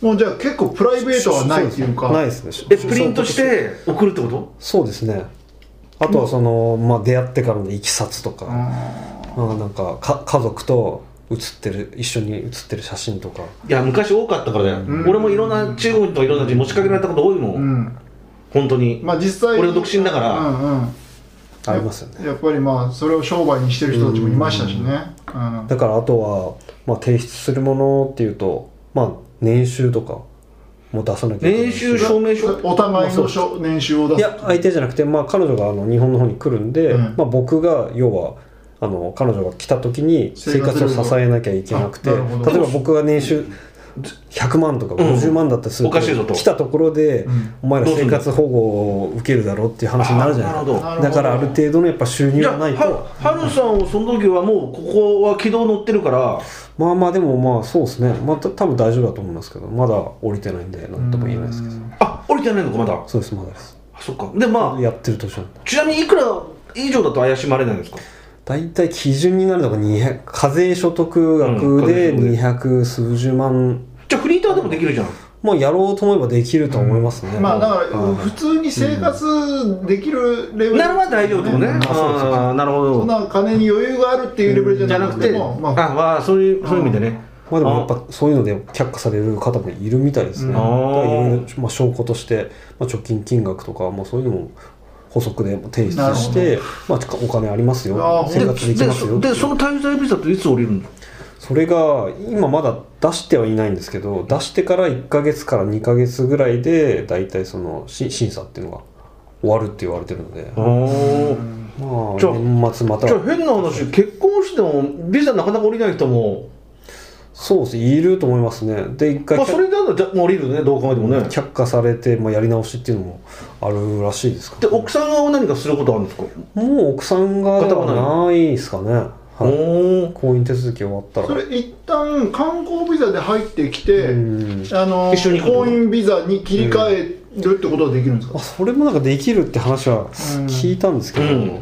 [SPEAKER 3] もうじゃあ結構プライベートはないっていうか
[SPEAKER 4] ないですね
[SPEAKER 2] えプリントして送るってこと
[SPEAKER 4] そうですねあとはその、まあ、出会ってからのいきさつとか、まあ、なんかか家族と写ってる一緒に写ってる写真とか
[SPEAKER 2] いや昔多かったからだよ、
[SPEAKER 3] ん
[SPEAKER 2] 俺もいろんな中国とかいろんな人に持ちかけられたこと多いもん、
[SPEAKER 3] うん
[SPEAKER 2] 本当に、
[SPEAKER 3] まあ実際
[SPEAKER 2] 俺独身だから
[SPEAKER 3] うんうん
[SPEAKER 4] ありますよね
[SPEAKER 3] やっぱりまあそれを商売にしてる人たちもいましたしねうん
[SPEAKER 4] だからあとは、まあ、提出するものっていうと、まあ、年収とかも出さなきゃいけない
[SPEAKER 2] 年
[SPEAKER 4] し
[SPEAKER 2] 収証明書
[SPEAKER 3] お互いのしょ年収を出
[SPEAKER 4] い
[SPEAKER 3] す
[SPEAKER 4] や相手じゃなくて、まあ、彼女があの日本の方に来るんで、
[SPEAKER 3] うん
[SPEAKER 4] まあ、僕が要はあの彼女が来た時に生活を支えなきゃいけなくて
[SPEAKER 3] 生
[SPEAKER 4] 例
[SPEAKER 3] 活量があなるほど
[SPEAKER 4] えば僕が年収100万とか50万だったりする
[SPEAKER 2] おかしいぞと
[SPEAKER 4] 来たところで、
[SPEAKER 3] うん
[SPEAKER 4] お前ら生活保護を受けるだろうっていう話になるじゃない
[SPEAKER 2] あー
[SPEAKER 4] で
[SPEAKER 2] なる
[SPEAKER 4] す
[SPEAKER 2] ほ
[SPEAKER 4] か
[SPEAKER 2] ど
[SPEAKER 3] なるほど
[SPEAKER 4] だからある程度のやっぱ収入
[SPEAKER 2] じゃ
[SPEAKER 4] が
[SPEAKER 2] あ
[SPEAKER 4] ない
[SPEAKER 2] は
[SPEAKER 4] と
[SPEAKER 2] はるさんをその時はもうここは軌道乗ってるから
[SPEAKER 4] まあまあでもまあそうですねまた多分大丈夫だと思いますけどまだ降りてないんで何とも言えないですけど
[SPEAKER 2] あ降りてないのかまだ
[SPEAKER 4] そうですまだです
[SPEAKER 2] あそっかでま
[SPEAKER 4] やってる途中なんで
[SPEAKER 2] あちなみにいくら以上だと怪しまれないんですか
[SPEAKER 4] 大体基準になるのが200課税所得額で
[SPEAKER 2] うん
[SPEAKER 4] 200数十万
[SPEAKER 2] じゃあフリーターでもできるじゃん
[SPEAKER 4] まあやろうと思えばできると思いますね、
[SPEAKER 3] まあだか
[SPEAKER 4] う
[SPEAKER 3] ら
[SPEAKER 4] ん
[SPEAKER 3] 普通に生活できるレベル
[SPEAKER 2] ならば大丈夫ってことね
[SPEAKER 3] う
[SPEAKER 2] あ
[SPEAKER 3] ん
[SPEAKER 4] そうそうそう
[SPEAKER 2] あーなるほ
[SPEAKER 3] そん
[SPEAKER 2] ど
[SPEAKER 3] な金に余裕があるっていうレベルじ
[SPEAKER 2] じ
[SPEAKER 3] ゃ
[SPEAKER 2] ゃ
[SPEAKER 3] な
[SPEAKER 2] な
[SPEAKER 3] く
[SPEAKER 2] く
[SPEAKER 3] て
[SPEAKER 2] て
[SPEAKER 3] もま
[SPEAKER 2] あ
[SPEAKER 3] あ
[SPEAKER 2] まあそういうそういう意味でね
[SPEAKER 4] まあでもやっぱそういうので却下される方もいるみたいですね
[SPEAKER 3] うん
[SPEAKER 4] だからいろいろ、まあ、証拠として、まあ、貯金金額とかもうそういうのも補足で提出して、まあ、お金あります
[SPEAKER 3] ああ
[SPEAKER 4] よ
[SPEAKER 3] ほんと
[SPEAKER 4] 生
[SPEAKER 2] で
[SPEAKER 4] 活できますよ
[SPEAKER 2] ででその滞在ビザっていつ降りるの
[SPEAKER 4] それが今まだ出してはいないんですけど出してから1ヶ月から2ヶ月ぐらいで大体そのし審査っていうのが終わるって言われてるのでまあ
[SPEAKER 2] おじゃあ
[SPEAKER 4] 年末また
[SPEAKER 2] じゃあ変な話結婚してもビザなかなか降りない人も、
[SPEAKER 4] そうですねいると思いますねで1回
[SPEAKER 2] まあ、
[SPEAKER 4] 却
[SPEAKER 2] それならじゃもう降りるねどう考えてもね
[SPEAKER 4] 却下されて、まあ、やり直しっていうのもあるらしいですか
[SPEAKER 2] で
[SPEAKER 4] ら
[SPEAKER 2] 奥さん側は何かすることあるんですか、
[SPEAKER 4] もう奥さん側ではないですかね、はい、
[SPEAKER 2] おー
[SPEAKER 4] 婚姻手続き終わったら
[SPEAKER 3] それ一旦観光ビザで入ってきて、
[SPEAKER 4] うん
[SPEAKER 3] あの
[SPEAKER 2] 一緒に行く
[SPEAKER 3] 婚姻ビザに切り替えるってことはできるんですか
[SPEAKER 4] あ、それもなんかできるって話は聞いたんですけど、
[SPEAKER 2] うん
[SPEAKER 4] まあ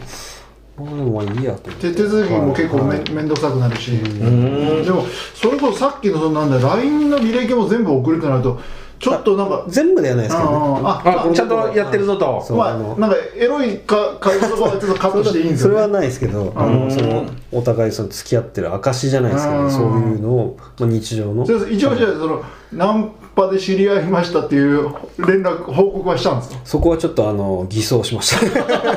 [SPEAKER 4] でもまあいいやと思って
[SPEAKER 3] 手手続きも結構
[SPEAKER 4] は
[SPEAKER 3] め
[SPEAKER 4] い
[SPEAKER 3] 面倒くさくなるし、
[SPEAKER 2] うーん
[SPEAKER 3] でもそれこそさっきのそのなんだ LINE の履歴も全部送るってなるとちょっとなんか
[SPEAKER 4] 全部ではないですけどね
[SPEAKER 3] あ
[SPEAKER 2] あちゃんとやってるぞと
[SPEAKER 4] そうあ
[SPEAKER 3] ま
[SPEAKER 4] の
[SPEAKER 3] あなんかエロいか会話とかはちょっとカットしていいんです
[SPEAKER 4] それは
[SPEAKER 3] よ、ね、
[SPEAKER 4] ないですけど、あの
[SPEAKER 2] うん
[SPEAKER 4] そのお互いその付き合ってる証じゃないですけど、
[SPEAKER 3] うん
[SPEAKER 4] そういうのを、まあ、日常の
[SPEAKER 3] それ一応じゃあそのナンパで知り合いましたっていう連絡報告はしたん ですか
[SPEAKER 4] そこはちょっとあの偽装しました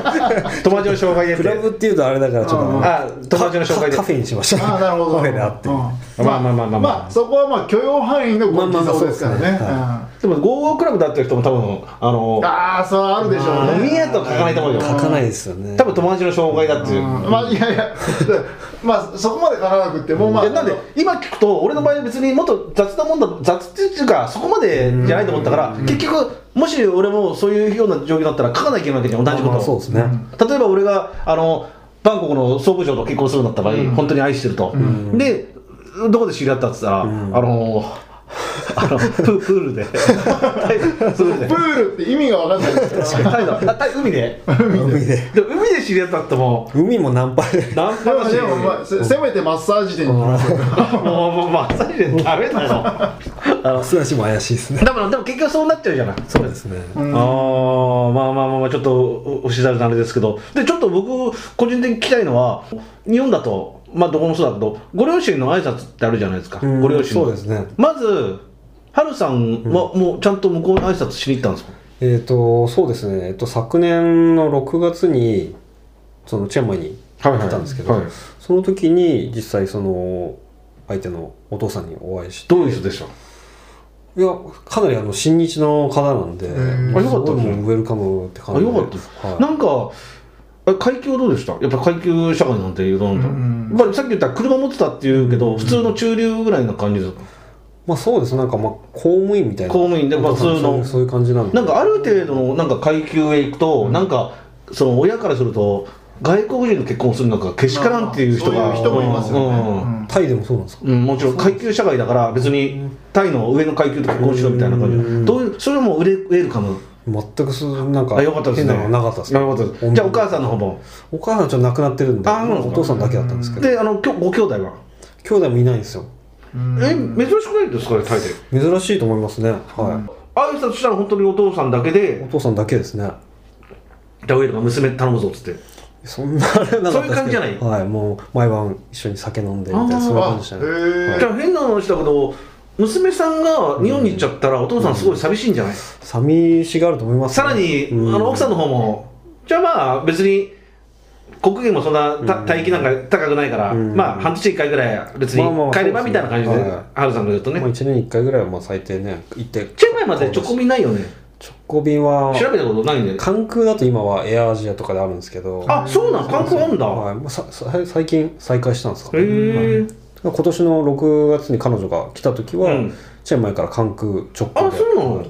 [SPEAKER 2] 友達の紹介で
[SPEAKER 4] クラブっていうとあれだからちょっと
[SPEAKER 3] うん
[SPEAKER 2] あ友達の紹介で
[SPEAKER 4] カカフェにしました
[SPEAKER 3] ああなるほど
[SPEAKER 4] カフェで会って、
[SPEAKER 3] うん
[SPEAKER 2] まあまあまあまあまあ
[SPEAKER 3] まあそこはまあ許容範囲のご偽造ですからね、
[SPEAKER 4] まあまあまあそうですね
[SPEAKER 3] あ
[SPEAKER 2] でもゴークラブだってる人も多分あの
[SPEAKER 3] あーそれはあるでしょうね、
[SPEAKER 2] 飲み屋とは書かないと思うよ
[SPEAKER 4] 書かないですよね
[SPEAKER 2] 多分友達の紹介だっていう、
[SPEAKER 3] うんまあいやいや まあそこまで書かなくってもま
[SPEAKER 2] い
[SPEAKER 3] あ
[SPEAKER 2] やなんで今聞くと俺の場合は別にもっと雑なもんだ雑っていうかそこまでじゃないと思ったから結局もし俺もそういうような状況だったら書かなきゃいけないわけじゃん同じこ
[SPEAKER 4] まあそう
[SPEAKER 2] と
[SPEAKER 4] ですね、
[SPEAKER 2] を例えば俺があのバンコクの総務長と結婚するんだった場合、本当に愛してると、でどこで知り合ったって言ったら、あのあのププールでプールで
[SPEAKER 3] プールって意味が分かんな いですよ
[SPEAKER 2] タイのあタイ海で
[SPEAKER 4] 海で
[SPEAKER 2] でも海で知り合ったっても
[SPEAKER 4] 海もナンパで
[SPEAKER 2] うナン
[SPEAKER 3] で
[SPEAKER 2] パだ
[SPEAKER 3] も
[SPEAKER 2] し
[SPEAKER 3] でも、まあ、せせめてマッサージ店に行きますよ
[SPEAKER 2] もうもうマッサージでダメだよ
[SPEAKER 4] あの素足も怪しいですね
[SPEAKER 2] だからでも結局そうなっちゃうじゃない
[SPEAKER 4] そうですね
[SPEAKER 2] あーまあまあまあまあちょっとおおしざるなあれですけどでちょっと僕個人的に聞きたいのは日本だとまあどこもそうだけどご両親の挨拶ってあるじゃないですか
[SPEAKER 4] うん
[SPEAKER 2] ご両親の
[SPEAKER 4] そうですね
[SPEAKER 2] まずハルさんはもうちゃんと向こうに挨拶しに行ったんですか、
[SPEAKER 4] えっ、とそうですね、えっと、昨年の6月にそのチェンマイに
[SPEAKER 2] は
[SPEAKER 4] 行
[SPEAKER 2] いはい
[SPEAKER 4] ったんですけど、
[SPEAKER 2] はい
[SPEAKER 4] その時に実際その相手のお父さんにお会いして
[SPEAKER 2] どういう人でした
[SPEAKER 4] いやかなりあの親日の方なんで、
[SPEAKER 3] ん
[SPEAKER 4] まあ
[SPEAKER 2] あよかったですね
[SPEAKER 4] すごいもうウェルカムって感
[SPEAKER 2] あ
[SPEAKER 4] じ
[SPEAKER 2] よかったです、
[SPEAKER 4] はい
[SPEAKER 2] なんかあ階級はどうでしたやっぱ階級社会なんていうのなんだ、
[SPEAKER 3] うん
[SPEAKER 2] まあ、さっき言った車持ってたっていうけど、普通の中流ぐらいな感じですか、
[SPEAKER 4] まあそうですなんかまあ公務員みたいな
[SPEAKER 2] 公務員でまあ
[SPEAKER 4] お父さん
[SPEAKER 2] そういうの
[SPEAKER 4] そういう感じなんで
[SPEAKER 2] なんかある程度のなんか階級へ行くと、なんかその親からすると外国人の結婚をするのがけしからんっていう人が、
[SPEAKER 3] まあそういう人もいますよね、
[SPEAKER 2] うん
[SPEAKER 3] うん
[SPEAKER 4] タイでもそうなんですか
[SPEAKER 2] うんもちろん階級社会だから別にタイの上の階級と結婚しろみたいな感じ、どういうそれもウレウェルカム
[SPEAKER 4] 全くそうなんか
[SPEAKER 2] あよかったです
[SPEAKER 4] 変
[SPEAKER 2] ね
[SPEAKER 4] なのはなかったです
[SPEAKER 2] なるほどですじゃあお母さんの方も
[SPEAKER 4] お母さんちょっと亡くなってるんで
[SPEAKER 2] あそうなんです
[SPEAKER 4] お
[SPEAKER 2] か
[SPEAKER 4] 父さんだけだったんですけど
[SPEAKER 2] であのきょご兄弟は
[SPEAKER 4] 兄弟もいないんですよ
[SPEAKER 3] うん
[SPEAKER 2] え珍しくないですかねタイで
[SPEAKER 4] 珍しいと思いますねは
[SPEAKER 2] 挨拶したら本当にお父さんだけ
[SPEAKER 4] いお
[SPEAKER 2] で
[SPEAKER 4] 父さんだけですね
[SPEAKER 2] 「ダウエルが娘頼むぞ」っつって
[SPEAKER 4] そんなあれなかったですけど
[SPEAKER 2] そういう感じじゃない
[SPEAKER 4] はいもう毎晩一緒に酒飲んでみたい
[SPEAKER 2] あー
[SPEAKER 4] なそういう感
[SPEAKER 3] あ
[SPEAKER 4] じじゃ
[SPEAKER 3] へ
[SPEAKER 4] ない
[SPEAKER 2] じゃ
[SPEAKER 3] え
[SPEAKER 2] あ変な話だけど娘さんが日本に行っちゃったらお父さんすごい寂しいんじゃない、
[SPEAKER 4] 寂しがあると思います
[SPEAKER 2] さ
[SPEAKER 4] ね、
[SPEAKER 2] らに、
[SPEAKER 4] うん
[SPEAKER 2] あの奥さんの方もじゃあまあ別に国技もそんなた
[SPEAKER 4] うん
[SPEAKER 2] 帯域なんか高くないから、
[SPEAKER 4] うん
[SPEAKER 2] まあ半年1回ぐらい別に
[SPEAKER 4] まあまあまあ
[SPEAKER 2] 帰ればみたいな感じで
[SPEAKER 4] そうですねはい
[SPEAKER 2] 春さんが言うとね
[SPEAKER 4] まあ、1年に1回ぐらいはまあ最低ね行って
[SPEAKER 2] チェンマイまで直行便ないよね
[SPEAKER 4] 直行便は
[SPEAKER 2] 調べたことないんで
[SPEAKER 4] 関空だと今はエアアジアとかであるんですけど
[SPEAKER 2] あそうなの観光あんだ、
[SPEAKER 4] はいもうささ最近再開したんですか、
[SPEAKER 2] へえ、
[SPEAKER 4] 今年の6月に彼女が来た時は、
[SPEAKER 2] うん
[SPEAKER 4] チェンマイから関空直行
[SPEAKER 2] あ
[SPEAKER 4] で
[SPEAKER 2] そうなの
[SPEAKER 4] はい
[SPEAKER 3] へ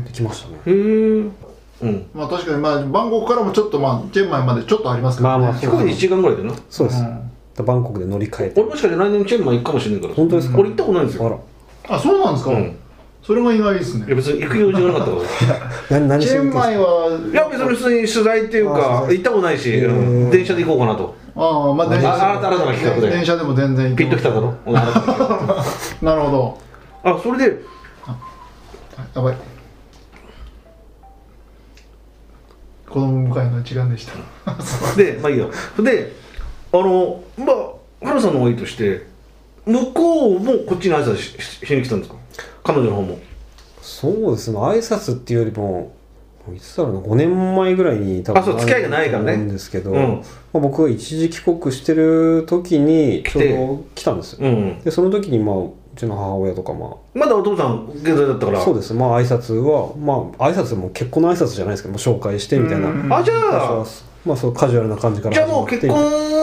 [SPEAKER 3] え
[SPEAKER 4] できましたね
[SPEAKER 2] へえうん
[SPEAKER 3] まあ確かにまあバンコクからもちょっとまあチェンマイまでちょっとありますけどね
[SPEAKER 4] まあまあ
[SPEAKER 2] 飛行機で1時間ぐらいだよな
[SPEAKER 4] そうです、
[SPEAKER 3] ん
[SPEAKER 4] バンコクで乗り換えて
[SPEAKER 2] 俺もしかして来年チェンマイ行くかもしれないから
[SPEAKER 4] 本当ですか
[SPEAKER 2] 俺行ったことないんです
[SPEAKER 4] あ
[SPEAKER 2] よ
[SPEAKER 4] ら
[SPEAKER 3] あそうなんですか、
[SPEAKER 2] うん
[SPEAKER 3] それが意外です
[SPEAKER 2] いや
[SPEAKER 3] ね
[SPEAKER 2] 別に行く用事がなかったから
[SPEAKER 4] 何何
[SPEAKER 3] チ
[SPEAKER 4] し
[SPEAKER 3] ェ
[SPEAKER 4] に
[SPEAKER 3] ン
[SPEAKER 4] 行った
[SPEAKER 3] マイ
[SPEAKER 4] んで
[SPEAKER 3] は
[SPEAKER 4] すか
[SPEAKER 3] い
[SPEAKER 2] や別に普通に取材っていう
[SPEAKER 4] あ
[SPEAKER 2] か
[SPEAKER 4] ー
[SPEAKER 2] 行ったことないし、
[SPEAKER 4] へー
[SPEAKER 2] うん電車で行こうかなと
[SPEAKER 3] ああまあ電車
[SPEAKER 2] あ新たな企画で
[SPEAKER 3] 電車でも全然行
[SPEAKER 2] ピ
[SPEAKER 3] け
[SPEAKER 2] ン
[SPEAKER 3] ま
[SPEAKER 2] とき
[SPEAKER 3] す
[SPEAKER 2] ただろ俺あなたの
[SPEAKER 3] なるほど
[SPEAKER 2] あそれで
[SPEAKER 3] あやばい子供迎えの一眼でした
[SPEAKER 2] でまあいいよであのまあ原さんの方がいいとして向こうもこっちに挨拶しししに来たんですか彼女の方も
[SPEAKER 4] そうですね挨拶っていうよりももういつだろうな5年前ぐらいに多分
[SPEAKER 2] あそう付き合いがないからね
[SPEAKER 4] あると思うんですけど、
[SPEAKER 2] うん
[SPEAKER 4] まあ、僕が一時帰国してる時に
[SPEAKER 2] 来
[SPEAKER 4] ちょう
[SPEAKER 2] て
[SPEAKER 4] ど来たんですよ
[SPEAKER 2] うん
[SPEAKER 4] でその時にまあうちの母親とかま
[SPEAKER 2] まだお父さん現在だったか
[SPEAKER 4] あ
[SPEAKER 2] ら
[SPEAKER 4] そうですまあ挨拶はまあ挨拶も結婚の挨拶じゃないですけどもう紹介してみたいな、
[SPEAKER 3] うん
[SPEAKER 2] あじゃ
[SPEAKER 4] 最初
[SPEAKER 2] あ
[SPEAKER 4] はまあそうカジュアルな感じから
[SPEAKER 2] じゃあもう結婚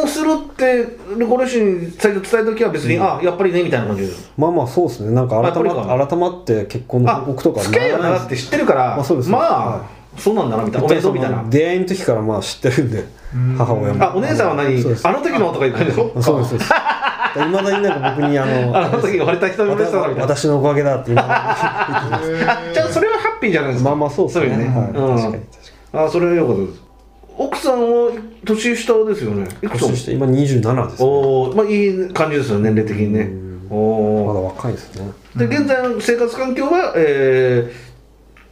[SPEAKER 2] するってご両親に最初伝えた時は別に、あやっぱりねみたいな感じで
[SPEAKER 4] まあまあそうですねなんか
[SPEAKER 2] あこ
[SPEAKER 4] 改
[SPEAKER 2] れか
[SPEAKER 4] ま改まって結婚の
[SPEAKER 2] あ
[SPEAKER 4] 報告とかは
[SPEAKER 2] 付き合いが長くて知ってるから
[SPEAKER 4] まあそうです
[SPEAKER 2] ま
[SPEAKER 4] は
[SPEAKER 2] あそうなんだなみたいなおめでとうみたいな
[SPEAKER 4] 出会いの時からまあ知ってるんで
[SPEAKER 3] ん
[SPEAKER 4] 母親も
[SPEAKER 2] あお姉さんは何
[SPEAKER 4] そうです
[SPEAKER 2] あの時のとか言う感じでしょ
[SPEAKER 4] あそうですそうですいまだになんか僕にあの
[SPEAKER 2] あの時割れた人のお姉さんだみたいな
[SPEAKER 4] 私のおかげだって 今ま
[SPEAKER 2] あじゃあそれはハッピーじゃないですか
[SPEAKER 4] あまあそうですね
[SPEAKER 2] よね、
[SPEAKER 4] はい、確かに確か
[SPEAKER 2] うん、あそれは良かったです奥さんは年下ですよねいく
[SPEAKER 4] に
[SPEAKER 2] つも
[SPEAKER 4] 年下今27です、ね、
[SPEAKER 2] おおまあいい感じですよね年齢的にねお
[SPEAKER 4] まだ
[SPEAKER 2] お
[SPEAKER 4] 若いですね
[SPEAKER 2] で現在の生活環境はえ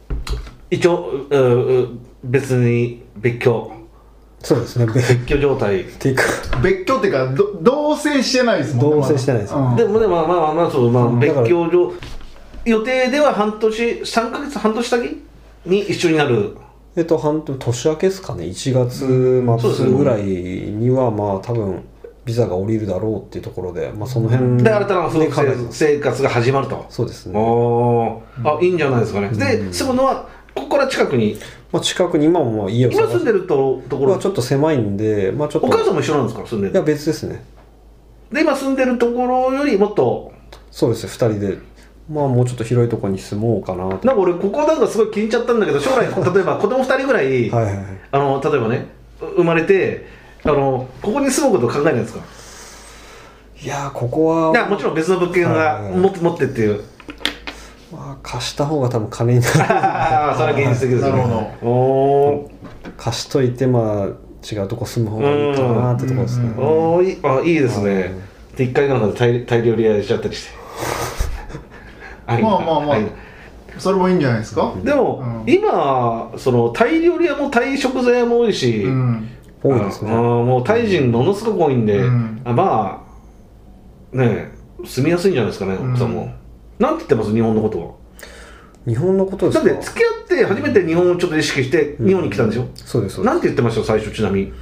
[SPEAKER 2] ー、一応うう別に別居
[SPEAKER 4] そうですねべっ
[SPEAKER 2] 別居状態
[SPEAKER 4] ていうか
[SPEAKER 3] 別居っていうかど同棲してないですもん
[SPEAKER 4] 同棲してないです
[SPEAKER 3] まだ
[SPEAKER 2] でもねまあまあまあまあそうまあ
[SPEAKER 4] ん
[SPEAKER 2] 別居上予定では半年3ヶ月半年先に一緒になる
[SPEAKER 4] えっと半年明けですかね1月末ぐらいにはまあ多分ビザが降りるだろうっていうところで、まあ、その辺
[SPEAKER 2] で新たな夫
[SPEAKER 4] ね考えて
[SPEAKER 2] 婦
[SPEAKER 4] ます
[SPEAKER 2] 生活が始まると
[SPEAKER 4] そうですね、
[SPEAKER 2] おーあいいんじゃないですかね、で住むのはここから近くに
[SPEAKER 4] まあ、近くに今ももう家を
[SPEAKER 2] 今住ん
[SPEAKER 4] 探
[SPEAKER 2] でるととこ
[SPEAKER 4] こ
[SPEAKER 2] ろ、
[SPEAKER 4] はちょっと狭いんで、まあ、ちょっと
[SPEAKER 2] お母さんも一緒なんですか住んで
[SPEAKER 4] いや
[SPEAKER 2] る
[SPEAKER 4] 別ですね
[SPEAKER 2] で今住んでるところよりもっと
[SPEAKER 4] そうです2人でまあもうちょっと広いところに住もうかなと
[SPEAKER 2] なんか俺ここなんかすごい気に入っちゃったんだけど将来例えば子供二2人ぐらい、
[SPEAKER 4] はいはいはい
[SPEAKER 2] あの例えばねう生まれてあのここに住むことを考えないんですか
[SPEAKER 4] いやーここはい
[SPEAKER 2] やもちろん別の物件が
[SPEAKER 4] はいはいはい
[SPEAKER 2] 持って持ってっていう
[SPEAKER 4] まあ、貸した方が多分金になる
[SPEAKER 2] ああそれは現実的ですね
[SPEAKER 3] なるほ
[SPEAKER 2] どお
[SPEAKER 4] 貸しといてまあ違うとこ住む方がいいかなってところですね
[SPEAKER 2] ーおーいいあいいですねで一回なんか大大量リアしちゃったりして あいいな
[SPEAKER 3] まあまあまあ
[SPEAKER 2] いいな
[SPEAKER 3] それもいいんじゃないですか
[SPEAKER 2] でも、
[SPEAKER 3] うん
[SPEAKER 2] 今そのタイ料理屋もタイ食材屋も多いし、
[SPEAKER 3] うん
[SPEAKER 4] 多いです
[SPEAKER 2] ああ
[SPEAKER 4] ね
[SPEAKER 2] もうタイ人ものすごく多いんで、
[SPEAKER 3] うん
[SPEAKER 2] あまあねえ住みやすいんじゃないですかね
[SPEAKER 3] うん
[SPEAKER 2] 奥さんも、なんて言ってます日本のことは
[SPEAKER 4] 日本のことで
[SPEAKER 2] だ
[SPEAKER 4] す
[SPEAKER 2] っ
[SPEAKER 4] か
[SPEAKER 2] て付き合って初めて日本をちょっと意識して日本に来たんでしょ、
[SPEAKER 4] そうですそうで
[SPEAKER 2] なんて言ってました最初ちなみに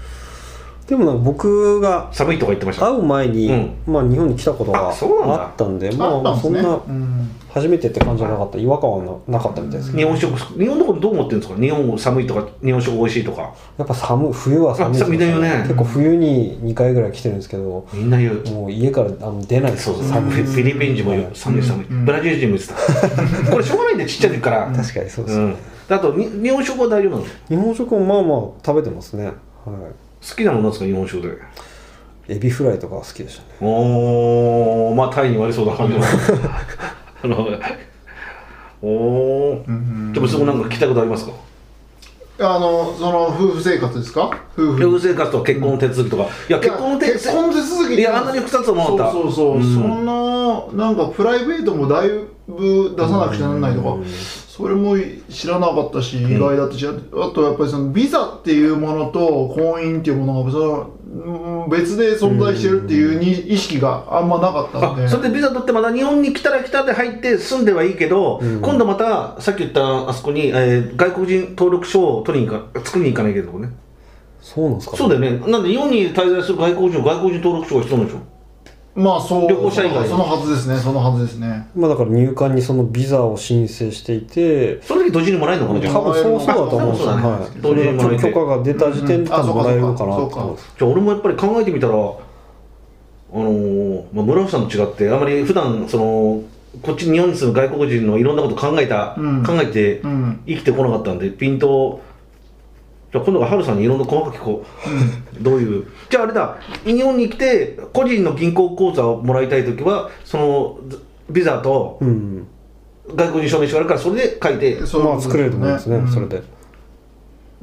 [SPEAKER 4] すでもなんか僕が
[SPEAKER 2] 寒いとか言ってました
[SPEAKER 4] 会う前に、
[SPEAKER 2] うん
[SPEAKER 4] まあ、日本に来たことが
[SPEAKER 2] あそうなんだ
[SPEAKER 4] あったんでま
[SPEAKER 3] あ
[SPEAKER 4] あ
[SPEAKER 3] ったんです
[SPEAKER 4] そん
[SPEAKER 3] ね
[SPEAKER 4] な
[SPEAKER 3] うん
[SPEAKER 4] 初めてって感じじゃなかった違和感はななかったみたいです
[SPEAKER 2] 日本食日本のことどう思ってるんですか日本寒いとか日本食美味しいとか
[SPEAKER 4] やっぱ寒い冬は寒いです
[SPEAKER 2] あ寒いだよね
[SPEAKER 4] 結構冬に2回ぐらい来てるんですけど
[SPEAKER 2] みんな言う
[SPEAKER 4] もう家からあの出ないです
[SPEAKER 2] そうそう
[SPEAKER 4] 寒
[SPEAKER 2] フ
[SPEAKER 4] い
[SPEAKER 2] ィリピン人も言う寒い寒い、ブラジル人も言って たこれしょうがないんでちっちゃい時から
[SPEAKER 4] 確かにそうです、
[SPEAKER 2] うん、あとに日本食は大丈夫なの好
[SPEAKER 4] 日本食もまあまあ食べてますねは
[SPEAKER 2] きなものなんですか日本食で
[SPEAKER 4] いエビフライとかは好きでしたね
[SPEAKER 2] お おまあタイに割れそうな感じのあのおお
[SPEAKER 3] うん
[SPEAKER 2] でもそこなんか聞きたいことありますか
[SPEAKER 3] あのその夫婦生活ですか夫婦
[SPEAKER 2] 夫婦生活と結婚手続きとか、いや結婚の手
[SPEAKER 3] 結婚手続き
[SPEAKER 2] いやあんなに複雑思った
[SPEAKER 3] そうそうそう、
[SPEAKER 2] うん
[SPEAKER 3] そんななんかプライベートもだいぶ出さなくちゃならないとか、それも知らなかったし意外だったし、あとやっぱりそのビザっていうものと婚姻っていうものがそのうん別で存在してるっていうに意識があんまなかったんで
[SPEAKER 2] あそれでビザ取ってまた日本に来たら来たで入って住んではいいけど、
[SPEAKER 4] うん
[SPEAKER 2] 今度またさっき言ったあそこに、えー外国人登録証を取りに行か作りに行かなきゃいけないとこね
[SPEAKER 4] そうなんですか
[SPEAKER 2] そうだよねなんで日本に滞在する外国人は外国人登録証が必要なんでしょ
[SPEAKER 3] まあそう
[SPEAKER 2] 旅行者以外
[SPEAKER 3] そのはずですねそのはずですね
[SPEAKER 4] まあだから入管にそのビザを申請していて
[SPEAKER 2] その時土地にもらえるのかなじゃあ
[SPEAKER 4] 多分そうそうだと思うんですよ、
[SPEAKER 2] あそうだね
[SPEAKER 4] はい、それが許可が出た時点で多分もらえるのかなと思うんです
[SPEAKER 2] じゃあ俺もやっぱり考えてみたらあのーまあ、村橋さんと違ってあまり普段そのこっち日本に住む外国人のいろんなこと考えた、
[SPEAKER 3] うん
[SPEAKER 2] 考えて
[SPEAKER 3] うん、うん
[SPEAKER 2] 生きてこなかったんでピンとじゃあ今度は春さんにいろんな細かく聞こうどういうじゃああれだ日本に来て個人の銀行口座をもらいたい時はそのずビザと
[SPEAKER 4] うん
[SPEAKER 2] 外国人証明書があるからそれで書いて
[SPEAKER 3] そういう
[SPEAKER 4] ま
[SPEAKER 3] こと
[SPEAKER 4] あ作れると思うんですね、
[SPEAKER 3] うん
[SPEAKER 4] それで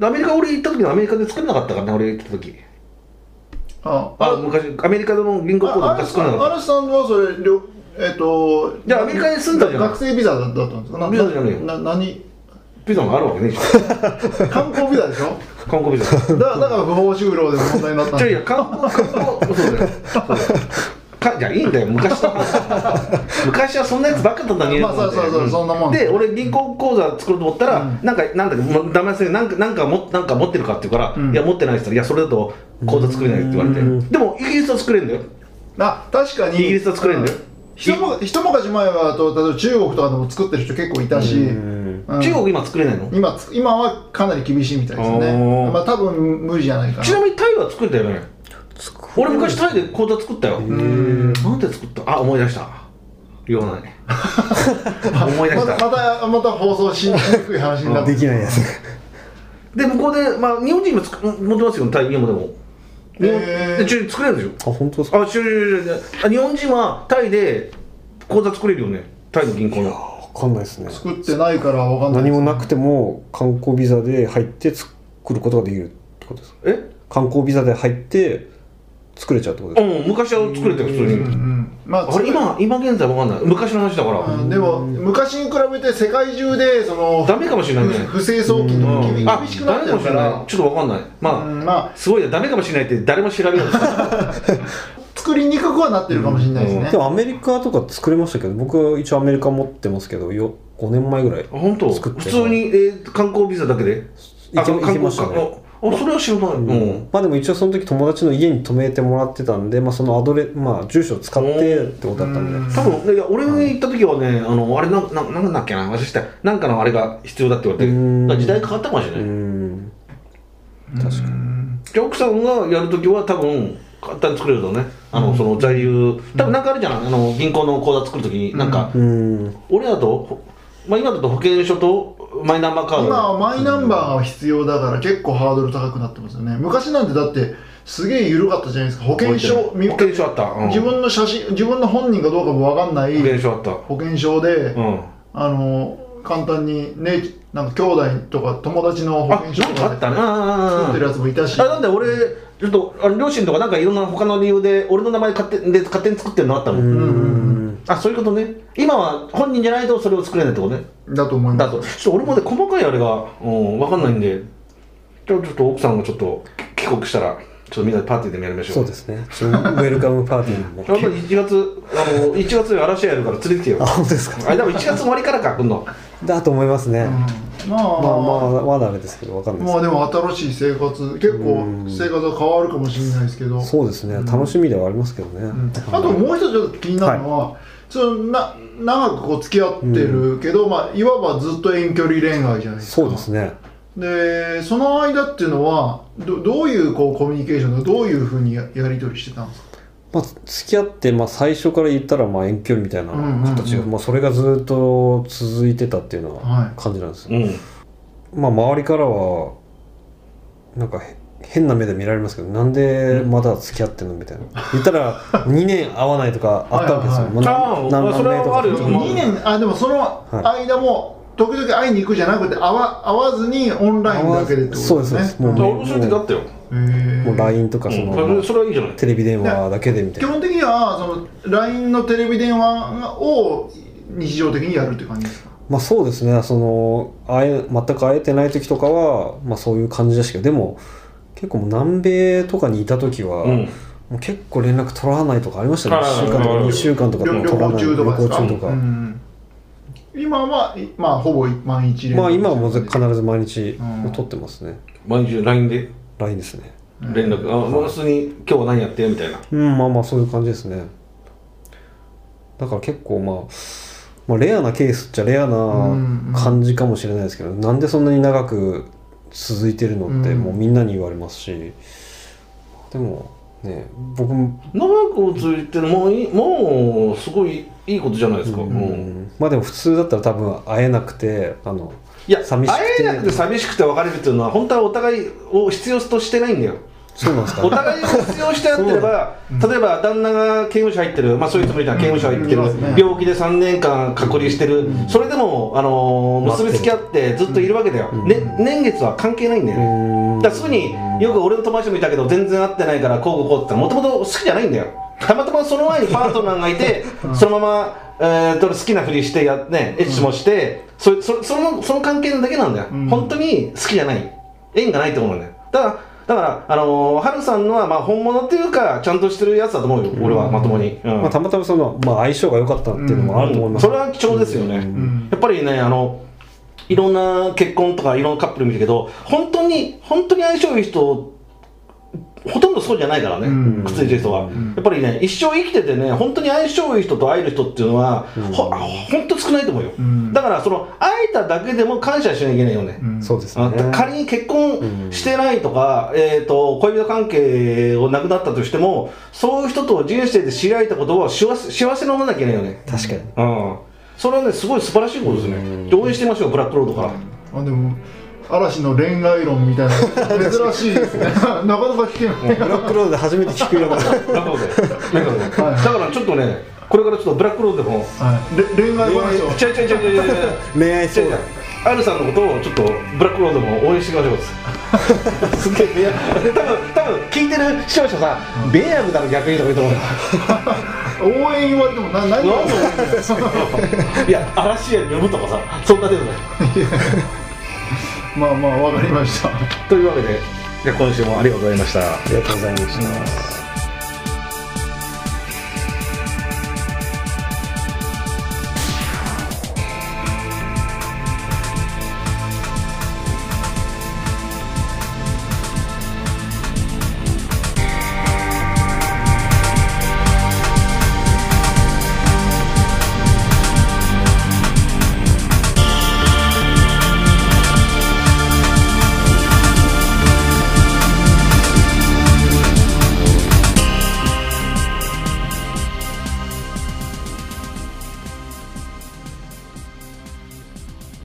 [SPEAKER 2] アメリカ俺行った時のアメリカで作れなかったからね俺行った時
[SPEAKER 3] あ
[SPEAKER 2] あ昔アメリカの銀行口座
[SPEAKER 3] あ
[SPEAKER 2] 昔作れなかった
[SPEAKER 3] 嵐さんはそれ、りょえっ、と、
[SPEAKER 2] じゃあアメリカに住んだじゃん
[SPEAKER 3] 学生ビザだったんですかな
[SPEAKER 2] ビザじゃないよ
[SPEAKER 3] な何
[SPEAKER 2] ピザもあるわけねえじ
[SPEAKER 3] 観光ビザでし ょ
[SPEAKER 2] ゃん観 光ビザ
[SPEAKER 3] だだから不法就労で問題になったん
[SPEAKER 2] じゃあい
[SPEAKER 3] で
[SPEAKER 2] や観光観光そうだよそうだよかじゃあいいんだよ昔と昔はそんなやつばっかだったんだ
[SPEAKER 3] まあそうそうそうそんなもん
[SPEAKER 2] で俺銀行口座作ろうと思ったら、
[SPEAKER 3] うん
[SPEAKER 2] なんかなんだっけもうダメですねなんかなんかもなんか持ってるかって言うから、
[SPEAKER 3] うん
[SPEAKER 2] いや持ってないって言ったらいやそれだと口座作れないって言われて
[SPEAKER 4] うん
[SPEAKER 2] でもイギリスは作れるんだよ
[SPEAKER 3] あ確かに
[SPEAKER 2] イギリスは作れるんだよ
[SPEAKER 3] う一も一昔前はと例えば中国とかでも作ってる人結構いたし、
[SPEAKER 4] うん
[SPEAKER 3] うん
[SPEAKER 2] 中国今作れないの、
[SPEAKER 3] 今つ今はかなり厳しいみたいです
[SPEAKER 2] お
[SPEAKER 3] ね
[SPEAKER 2] ー
[SPEAKER 3] まあ多分無理じゃないかな
[SPEAKER 2] ちなみにタイは作れたよね俺昔タイで口座作ったよ
[SPEAKER 3] ん
[SPEAKER 2] なんで作ったあ思い出した言わない思い出し
[SPEAKER 3] ま
[SPEAKER 2] た
[SPEAKER 3] たまたまた放送しにくい話になって
[SPEAKER 4] できないやつ
[SPEAKER 2] で向こうで、まあ、日本人もつく持ってますよタイ日本でも日本
[SPEAKER 3] へー
[SPEAKER 2] で中作れるんでしょ
[SPEAKER 4] あ本当です
[SPEAKER 2] あ、
[SPEAKER 4] か
[SPEAKER 2] 違う違う違う違うあ日本人はタイで口座作れるよねタイの銀行の
[SPEAKER 4] わかんないですね
[SPEAKER 3] 作ってないからわかんない
[SPEAKER 4] 何もなくても観光ビザで入って作ることができるってことですか
[SPEAKER 2] え
[SPEAKER 4] 観光ビザで入って作れちゃうってことです
[SPEAKER 2] うん昔は作れたよ普通
[SPEAKER 3] うんう
[SPEAKER 2] に
[SPEAKER 3] んまあ
[SPEAKER 2] あれ今今現在わかんない昔の話だから、
[SPEAKER 3] うんでも昔に比べて世界中でその
[SPEAKER 2] ダメかもしれないね
[SPEAKER 3] ふ不正送金
[SPEAKER 2] うん
[SPEAKER 3] の厳
[SPEAKER 2] あ
[SPEAKER 3] 厳しくなっ
[SPEAKER 2] ダメか
[SPEAKER 3] てる
[SPEAKER 2] もし
[SPEAKER 3] か
[SPEAKER 2] れな
[SPEAKER 3] ら
[SPEAKER 2] いちょっとわかんないまあ、
[SPEAKER 3] うんます
[SPEAKER 2] ごいよダメかもしれないって誰も調べ ようとしない
[SPEAKER 3] あ作りにくくはなってるかもしれないです
[SPEAKER 2] うん
[SPEAKER 3] ね
[SPEAKER 4] でもアメリカとか作れましたけど僕一応アメリカ持ってますけどよ5年前ぐら
[SPEAKER 2] あ
[SPEAKER 4] い
[SPEAKER 2] 本当
[SPEAKER 4] 作って
[SPEAKER 2] 普通に、えー観光ビザだけで
[SPEAKER 4] 行け行けましたね
[SPEAKER 2] ああそれは知らない、うん
[SPEAKER 4] まあでも一応その時友達の家に泊めてもらってたんで、まあ、そのアドレまあ住所を使ってってことだったんで
[SPEAKER 2] 多分いや俺が行った時はね、あのあれなななんだっけな忘れしたなんかのあれが必要だって言われて
[SPEAKER 4] うーん
[SPEAKER 2] だから時代変わったかもしれ
[SPEAKER 4] う
[SPEAKER 2] ない、
[SPEAKER 4] ん確かに
[SPEAKER 2] じゃあ奥さんがやる時は多分簡単に作れるだろうねあの、その在留多分なんかあるじゃないあの銀行の口座作る時になんか、
[SPEAKER 4] うん
[SPEAKER 2] 俺だとほまあ今だと保険証とマイナンバーカード
[SPEAKER 3] 今はマイナンバーが必要だから結構ハードル高くなってますよね昔なんてだってすげえ緩かったじゃないですか保険証
[SPEAKER 2] 保
[SPEAKER 3] み
[SPEAKER 2] 険証あった、うん
[SPEAKER 3] 自分の写真自分の本人かどうかも分かんない
[SPEAKER 2] 保険証あった
[SPEAKER 3] 保険証で
[SPEAKER 2] うん
[SPEAKER 3] あの簡単にねなんか兄弟とか友達の保
[SPEAKER 2] あ
[SPEAKER 3] 険証
[SPEAKER 2] なん
[SPEAKER 3] と
[SPEAKER 2] かあ
[SPEAKER 3] か
[SPEAKER 2] っ
[SPEAKER 3] で
[SPEAKER 2] たね
[SPEAKER 3] 作
[SPEAKER 2] あ
[SPEAKER 3] ってるやつもいたし
[SPEAKER 2] あなんで俺ちょっとあの両親とかなんかいろんな他の理由で俺の名前勝手で勝手に作ってるのあったもん、
[SPEAKER 4] うん
[SPEAKER 2] あそういうことね今は本人じゃないとそれを作れないってことね
[SPEAKER 3] だと思い
[SPEAKER 2] だ
[SPEAKER 3] ます
[SPEAKER 2] とちょっと俺もね細かいあれが、うん、分かんないんでじゃあちょっと奥さんがちょっと帰国したらちょっとみんなでパーティーでもやりましょう
[SPEAKER 4] そうですねちょっとウェルカムパーティーも
[SPEAKER 2] やっぱり1月あの1月に嵐やるから連れてきてよ
[SPEAKER 4] あ本当ですか
[SPEAKER 2] あれでも1月終わりからか今度
[SPEAKER 4] だと思いますね、
[SPEAKER 3] うんまあ
[SPEAKER 4] まあまあまだあれですけどわかんないです
[SPEAKER 3] まあでも新しい生活結構生活が変わるかもしれないですけど、
[SPEAKER 4] そうですね、楽しみではありますけどね、
[SPEAKER 3] うんあともう一つちょっと気になるのは、そのな長くこう付き合ってるけど、まあ、いわばずっと遠距離恋愛じゃないですか
[SPEAKER 4] そうですね
[SPEAKER 3] でその間っていうのはどどういうこうコミュニケーションでどういうふうにややり取りしてたんですか
[SPEAKER 4] まあ、付き合って、まあ、最初から言ったらまあ遠距離みたいな形
[SPEAKER 3] う
[SPEAKER 4] が、
[SPEAKER 3] んうんうん
[SPEAKER 4] まあ、それがずっと続いてたっていうのは
[SPEAKER 3] は
[SPEAKER 4] 感じなんですよ、
[SPEAKER 2] うん
[SPEAKER 4] まあ、周りからはなんかへ変な目で見られますけどなんでまだ付き合ってんのみたいな言ったら2年会わないとかあったわけですよ
[SPEAKER 3] はい
[SPEAKER 4] まあ
[SPEAKER 2] あー
[SPEAKER 4] 何
[SPEAKER 2] それはあるよ
[SPEAKER 4] 何年
[SPEAKER 2] ま
[SPEAKER 4] とか
[SPEAKER 2] あ
[SPEAKER 3] い、2年あでもその間も時々会いに行くじゃなくて会わ会わずにオンラインだけでってことですね
[SPEAKER 4] そうですそうですもう
[SPEAKER 2] だから俺もそういう時あったよ、
[SPEAKER 3] へ
[SPEAKER 4] もう
[SPEAKER 3] ー
[SPEAKER 4] LINE とか
[SPEAKER 2] う
[SPEAKER 4] そ
[SPEAKER 2] ん
[SPEAKER 4] の、
[SPEAKER 2] これそれはいいじゃない
[SPEAKER 4] テレビ電話だけでみたい
[SPEAKER 3] 基
[SPEAKER 4] な
[SPEAKER 3] 本的にはその LINE のテレビ電話を日常的にやるって感じですか
[SPEAKER 4] まあそうですねその会え全く会えてない時とかは、まあ、そういう感じでしたけどでも結構もう南米とかにいた時は、
[SPEAKER 2] うん
[SPEAKER 4] もう結構連絡取らないとかありましたね
[SPEAKER 2] あらら
[SPEAKER 4] 1週間と
[SPEAKER 2] あら
[SPEAKER 4] から2週間
[SPEAKER 3] 旅
[SPEAKER 4] とか取
[SPEAKER 3] 旅
[SPEAKER 4] らない
[SPEAKER 3] 行中とかですか
[SPEAKER 4] 旅行中とか
[SPEAKER 3] うん今はいまあほぼ毎日連絡
[SPEAKER 4] まあ今はもう必ず毎日
[SPEAKER 3] うん
[SPEAKER 4] 取ってますね、
[SPEAKER 2] 毎日 LINE で
[SPEAKER 4] LINE ですね
[SPEAKER 2] 連絡、あもう普通に今日は何やってみたいな
[SPEAKER 4] うんまあまあそういう感じですねだから結構まあ、まあ、レアなケースっちゃレア
[SPEAKER 3] うんうん
[SPEAKER 4] な感じかもしれないですけど、なんでそんなに長く続いてるのって
[SPEAKER 3] うん
[SPEAKER 4] もうみんなに言われますし、でもね僕も、
[SPEAKER 2] 長く続いてるもういいもうすごいいいことじゃないですか、
[SPEAKER 3] う
[SPEAKER 4] うん
[SPEAKER 2] もう
[SPEAKER 4] まあでも普通だったら多分会えなくてあの
[SPEAKER 2] いや
[SPEAKER 4] 寂しくて
[SPEAKER 2] 会えなくて寂しくて別れるっていうのは本当はお互いを必要としてないんだ よ
[SPEAKER 4] そうなんですか
[SPEAKER 2] お 互いを必要してやってれば、例えば旦那が刑務所入ってる、まあ、そういう人もいたら刑務所入ってる、
[SPEAKER 3] うんいますね
[SPEAKER 2] 病気で3年間隔離してる、それでも、あのー
[SPEAKER 4] 待
[SPEAKER 2] 結び
[SPEAKER 4] ってる
[SPEAKER 2] つき合ってずっといるわけだよ、
[SPEAKER 4] うん
[SPEAKER 2] ね、年月は関係ないんだよ、ね
[SPEAKER 4] うん
[SPEAKER 2] だからすぐによく俺の友達もいたけど全然会ってないからこうこうこうってもともと好きじゃないんだよたまたまその前にパートナーがいてそのまま、えー、と好きなふりしてや、ね、エッチもして、それそそのその関係だけなんだよ、
[SPEAKER 3] うん
[SPEAKER 2] 本当に好きじゃない縁がないと思うんだよだからだから、あのー、ハルさんのはまあ本物っていうかちゃんとしてるやつだと思うよ俺はまともに、うん
[SPEAKER 4] まあ、たまたまその、まあ、相性が良かったっていうのもあると思います、
[SPEAKER 2] それは貴重ですよね、
[SPEAKER 3] うん
[SPEAKER 2] やっぱりねあのいろんな結婚とかいろんなカップル見るけど本当に本当に相性いい人ほとんどそうじゃないからね、
[SPEAKER 3] うん
[SPEAKER 2] くっついてる人は、
[SPEAKER 3] ん
[SPEAKER 2] やっぱりね一生生きててね本当に相性いい人と会える人っていうのは、ほ本当少ないと思うよ、
[SPEAKER 3] うん
[SPEAKER 2] だからその会えただけでも感謝しなきゃいけないよね、
[SPEAKER 3] うん
[SPEAKER 4] そうですね
[SPEAKER 2] あ仮に結婚してないとか、えー、と恋人関係をなくなったとしてもそういう人と人生で知り合えたことは幸せ幸せのもなきゃいけないよね
[SPEAKER 4] 確かに
[SPEAKER 2] うん、それはねすごい素晴らしいことですね応援してみましょうブラックロードから
[SPEAKER 3] あでも嵐の恋愛論みたいな珍しいですね なかなか聞けない
[SPEAKER 4] ブラックロードで初めて聞くような
[SPEAKER 2] ブラックロードでだ
[SPEAKER 3] はい
[SPEAKER 2] からちょっとねこれからちょっとブラックロードでも
[SPEAKER 3] はいれ恋愛話を
[SPEAKER 2] ちゃいちゃいちゃいちゃいちゃいちゃい
[SPEAKER 4] 恋愛相談
[SPEAKER 2] アルさんのことをちょっとブラックロードでも応援していきましょうすげえ迷惑で多分多分聞いてる視聴者さん迷惑だろ逆にとか言うと思う
[SPEAKER 3] 応援言われてもな何を
[SPEAKER 2] 何の応 援だよいや嵐や呼ぶとかさそんな程度だよ
[SPEAKER 3] まあまあわかりました
[SPEAKER 2] というわけでじゃあ今週もありがとうございました
[SPEAKER 4] ありがとうございました